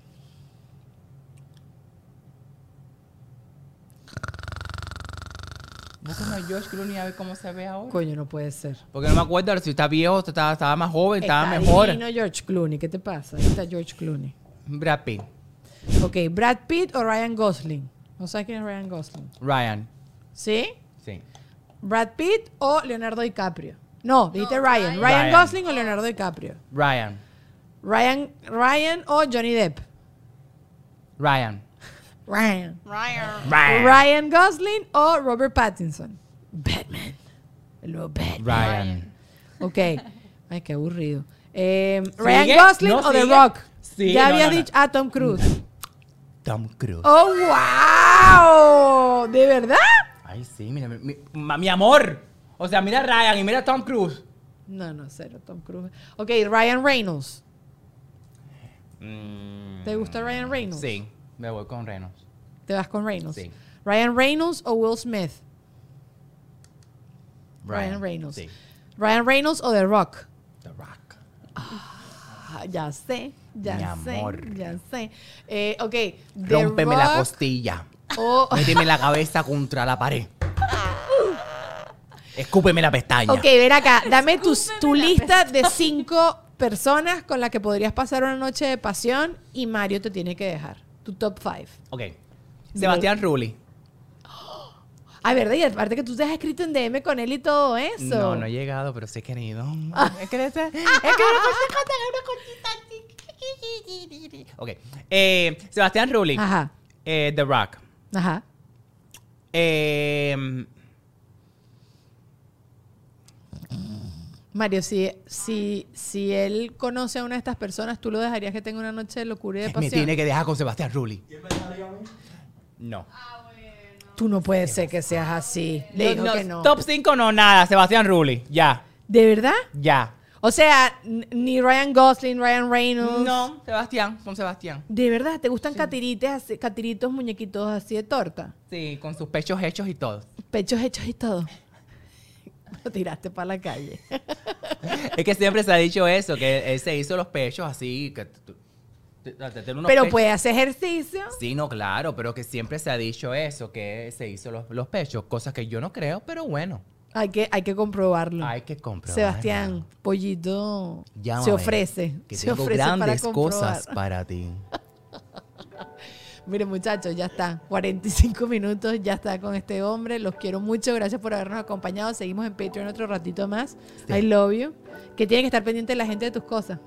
S2: Búscame a George Clooney a ver cómo se ve ahora.
S1: Coño, no puede ser.
S2: Porque no me acuerdo si está viejo, estaba, estaba más joven, estaba
S1: Está
S2: mejor.
S1: divino George Clooney, ¿qué te pasa? Ahí está George Clooney.
S2: Brad Pitt,
S1: Ok, Brad Pitt o Ryan Gosling. No sabes quién es Ryan Gosling.
S2: Ryan.
S1: ¿Sí?
S2: Sí.
S1: Brad Pitt o Leonardo DiCaprio. No, dijiste Ryan. Ryan.
S2: Ryan. Ryan.
S1: Gosling o Leonardo DiCaprio.
S2: Ryan.
S1: Ryan, Ryan o Johnny Depp.
S2: Ryan.
S1: Ryan.
S3: Ryan.
S2: Ryan.
S1: Ryan Gosling o Robert Pattinson. Batman. El nuevo Batman.
S2: Ryan.
S1: Ok. Ay, qué aburrido. Eh,
S2: ¿Sigue?
S1: Ryan Gosling
S2: No,
S1: o The
S2: sigue.
S1: Rock.
S2: Sí,
S1: ya
S2: no,
S1: habías
S2: no, no.
S1: dicho. Ah, Tom Cruise.
S2: Tom Cruise.
S1: ¡Oh, wow! ¿De verdad?
S2: Ay, sí, mira, mi, mi- ma- mi amor. O sea, mira a Ryan y mira a Tom Cruise.
S1: No, no, cero, Tom Cruise. Ok, Ryan Reynolds. ¿Te gusta Ryan Reynolds?
S2: Sí, me voy con Reynolds.
S1: ¿Te vas con Reynolds?
S2: Sí.
S1: ¿Ryan Reynolds o Will Smith? Ryan, Reynolds.
S2: Sí.
S1: ¿Ryan Reynolds o The Rock?
S2: The Rock.
S1: Ah, ya sé, ya
S2: Mi
S1: sé,
S2: amor.
S1: ya sé. Eh, ok, The
S2: Rómpeme la
S1: Rock
S2: costilla.
S1: o...
S2: Méteme la cabeza contra la pared. Escúpeme la pestaña.
S1: Ok, ven acá, dame tu, tu lista de cinco personas con las que podrías pasar una noche de pasión y Mario te tiene que dejar. Tu top five.
S2: Ok. Sebastián Rulli.
S1: Ay, verdad, y aparte que tú te has escrito en DM con él y todo eso.
S2: No, no he llegado, pero sí he querido. Es que es que Ok. Eh, Sebastián Rulli.
S1: Ajá,
S2: Eh, The Rock.
S1: ajá.
S2: Eh,
S1: Mario, si, si, si él conoce a una de estas personas, ¿tú lo dejarías que tenga una noche de locura y de
S2: me
S1: pasión?
S2: tiene que dejar con Sebastián Rulli. No.
S1: Tú no puedes ser que seas así. Le dijo
S2: No,
S1: que no.
S2: Top 5 no nada, Sebastián Rulli. Ya,
S1: ¿De verdad?
S2: ya.
S1: O sea, n- ni Ryan Gosling, Ryan Reynolds.
S2: No, Sebastián, con Sebastián.
S1: ¿De verdad? ¿Te gustan catirites así- catiritos, muñequitos así de torta?
S2: Sí, con sus pechos hechos y todo.
S1: Pechos hechos y todo. Lo tiraste para la calle.
S2: es que siempre se ha dicho eso, que él se hizo los pechos así. Que tú- te- te- te- unos
S1: Pero
S2: pechos-
S1: puede hacer ejercicio.
S2: Sí, no, claro, pero que siempre se ha dicho eso, que se hizo los, los pechos, cosas que yo no creo, pero bueno,
S1: Hay que, hay que comprobarlo.
S2: hay que comprar.
S1: Sebastián, Pollito
S2: Llámame,
S1: se ofrece.
S2: que
S1: se
S2: tengo
S1: ofrece para
S2: grandes
S1: comprobar.
S2: cosas para ti.
S1: Mire, muchachos, ya está. 45 minutos, ya está con este hombre. Los quiero mucho. Gracias por habernos acompañado. Seguimos en Patreon otro ratito más.
S2: Sí.
S1: I love you. Que tiene que estar pendiente la gente de tus cosas.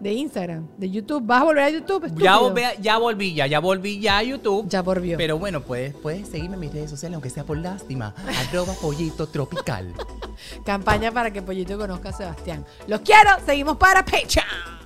S1: De Instagram, de YouTube. ¿Vas a volver a YouTube?
S2: Ya,
S1: estúpido?
S2: volví- ya volví, ya, ya volví ya a YouTube.
S1: Ya volvió.
S2: Pero bueno, puedes, puedes seguirme en mis redes sociales, aunque sea por lástima. Arroba pollito tropical.
S1: Campaña para que Pollito conozca a Sebastián. Los quiero. Seguimos para Patreon.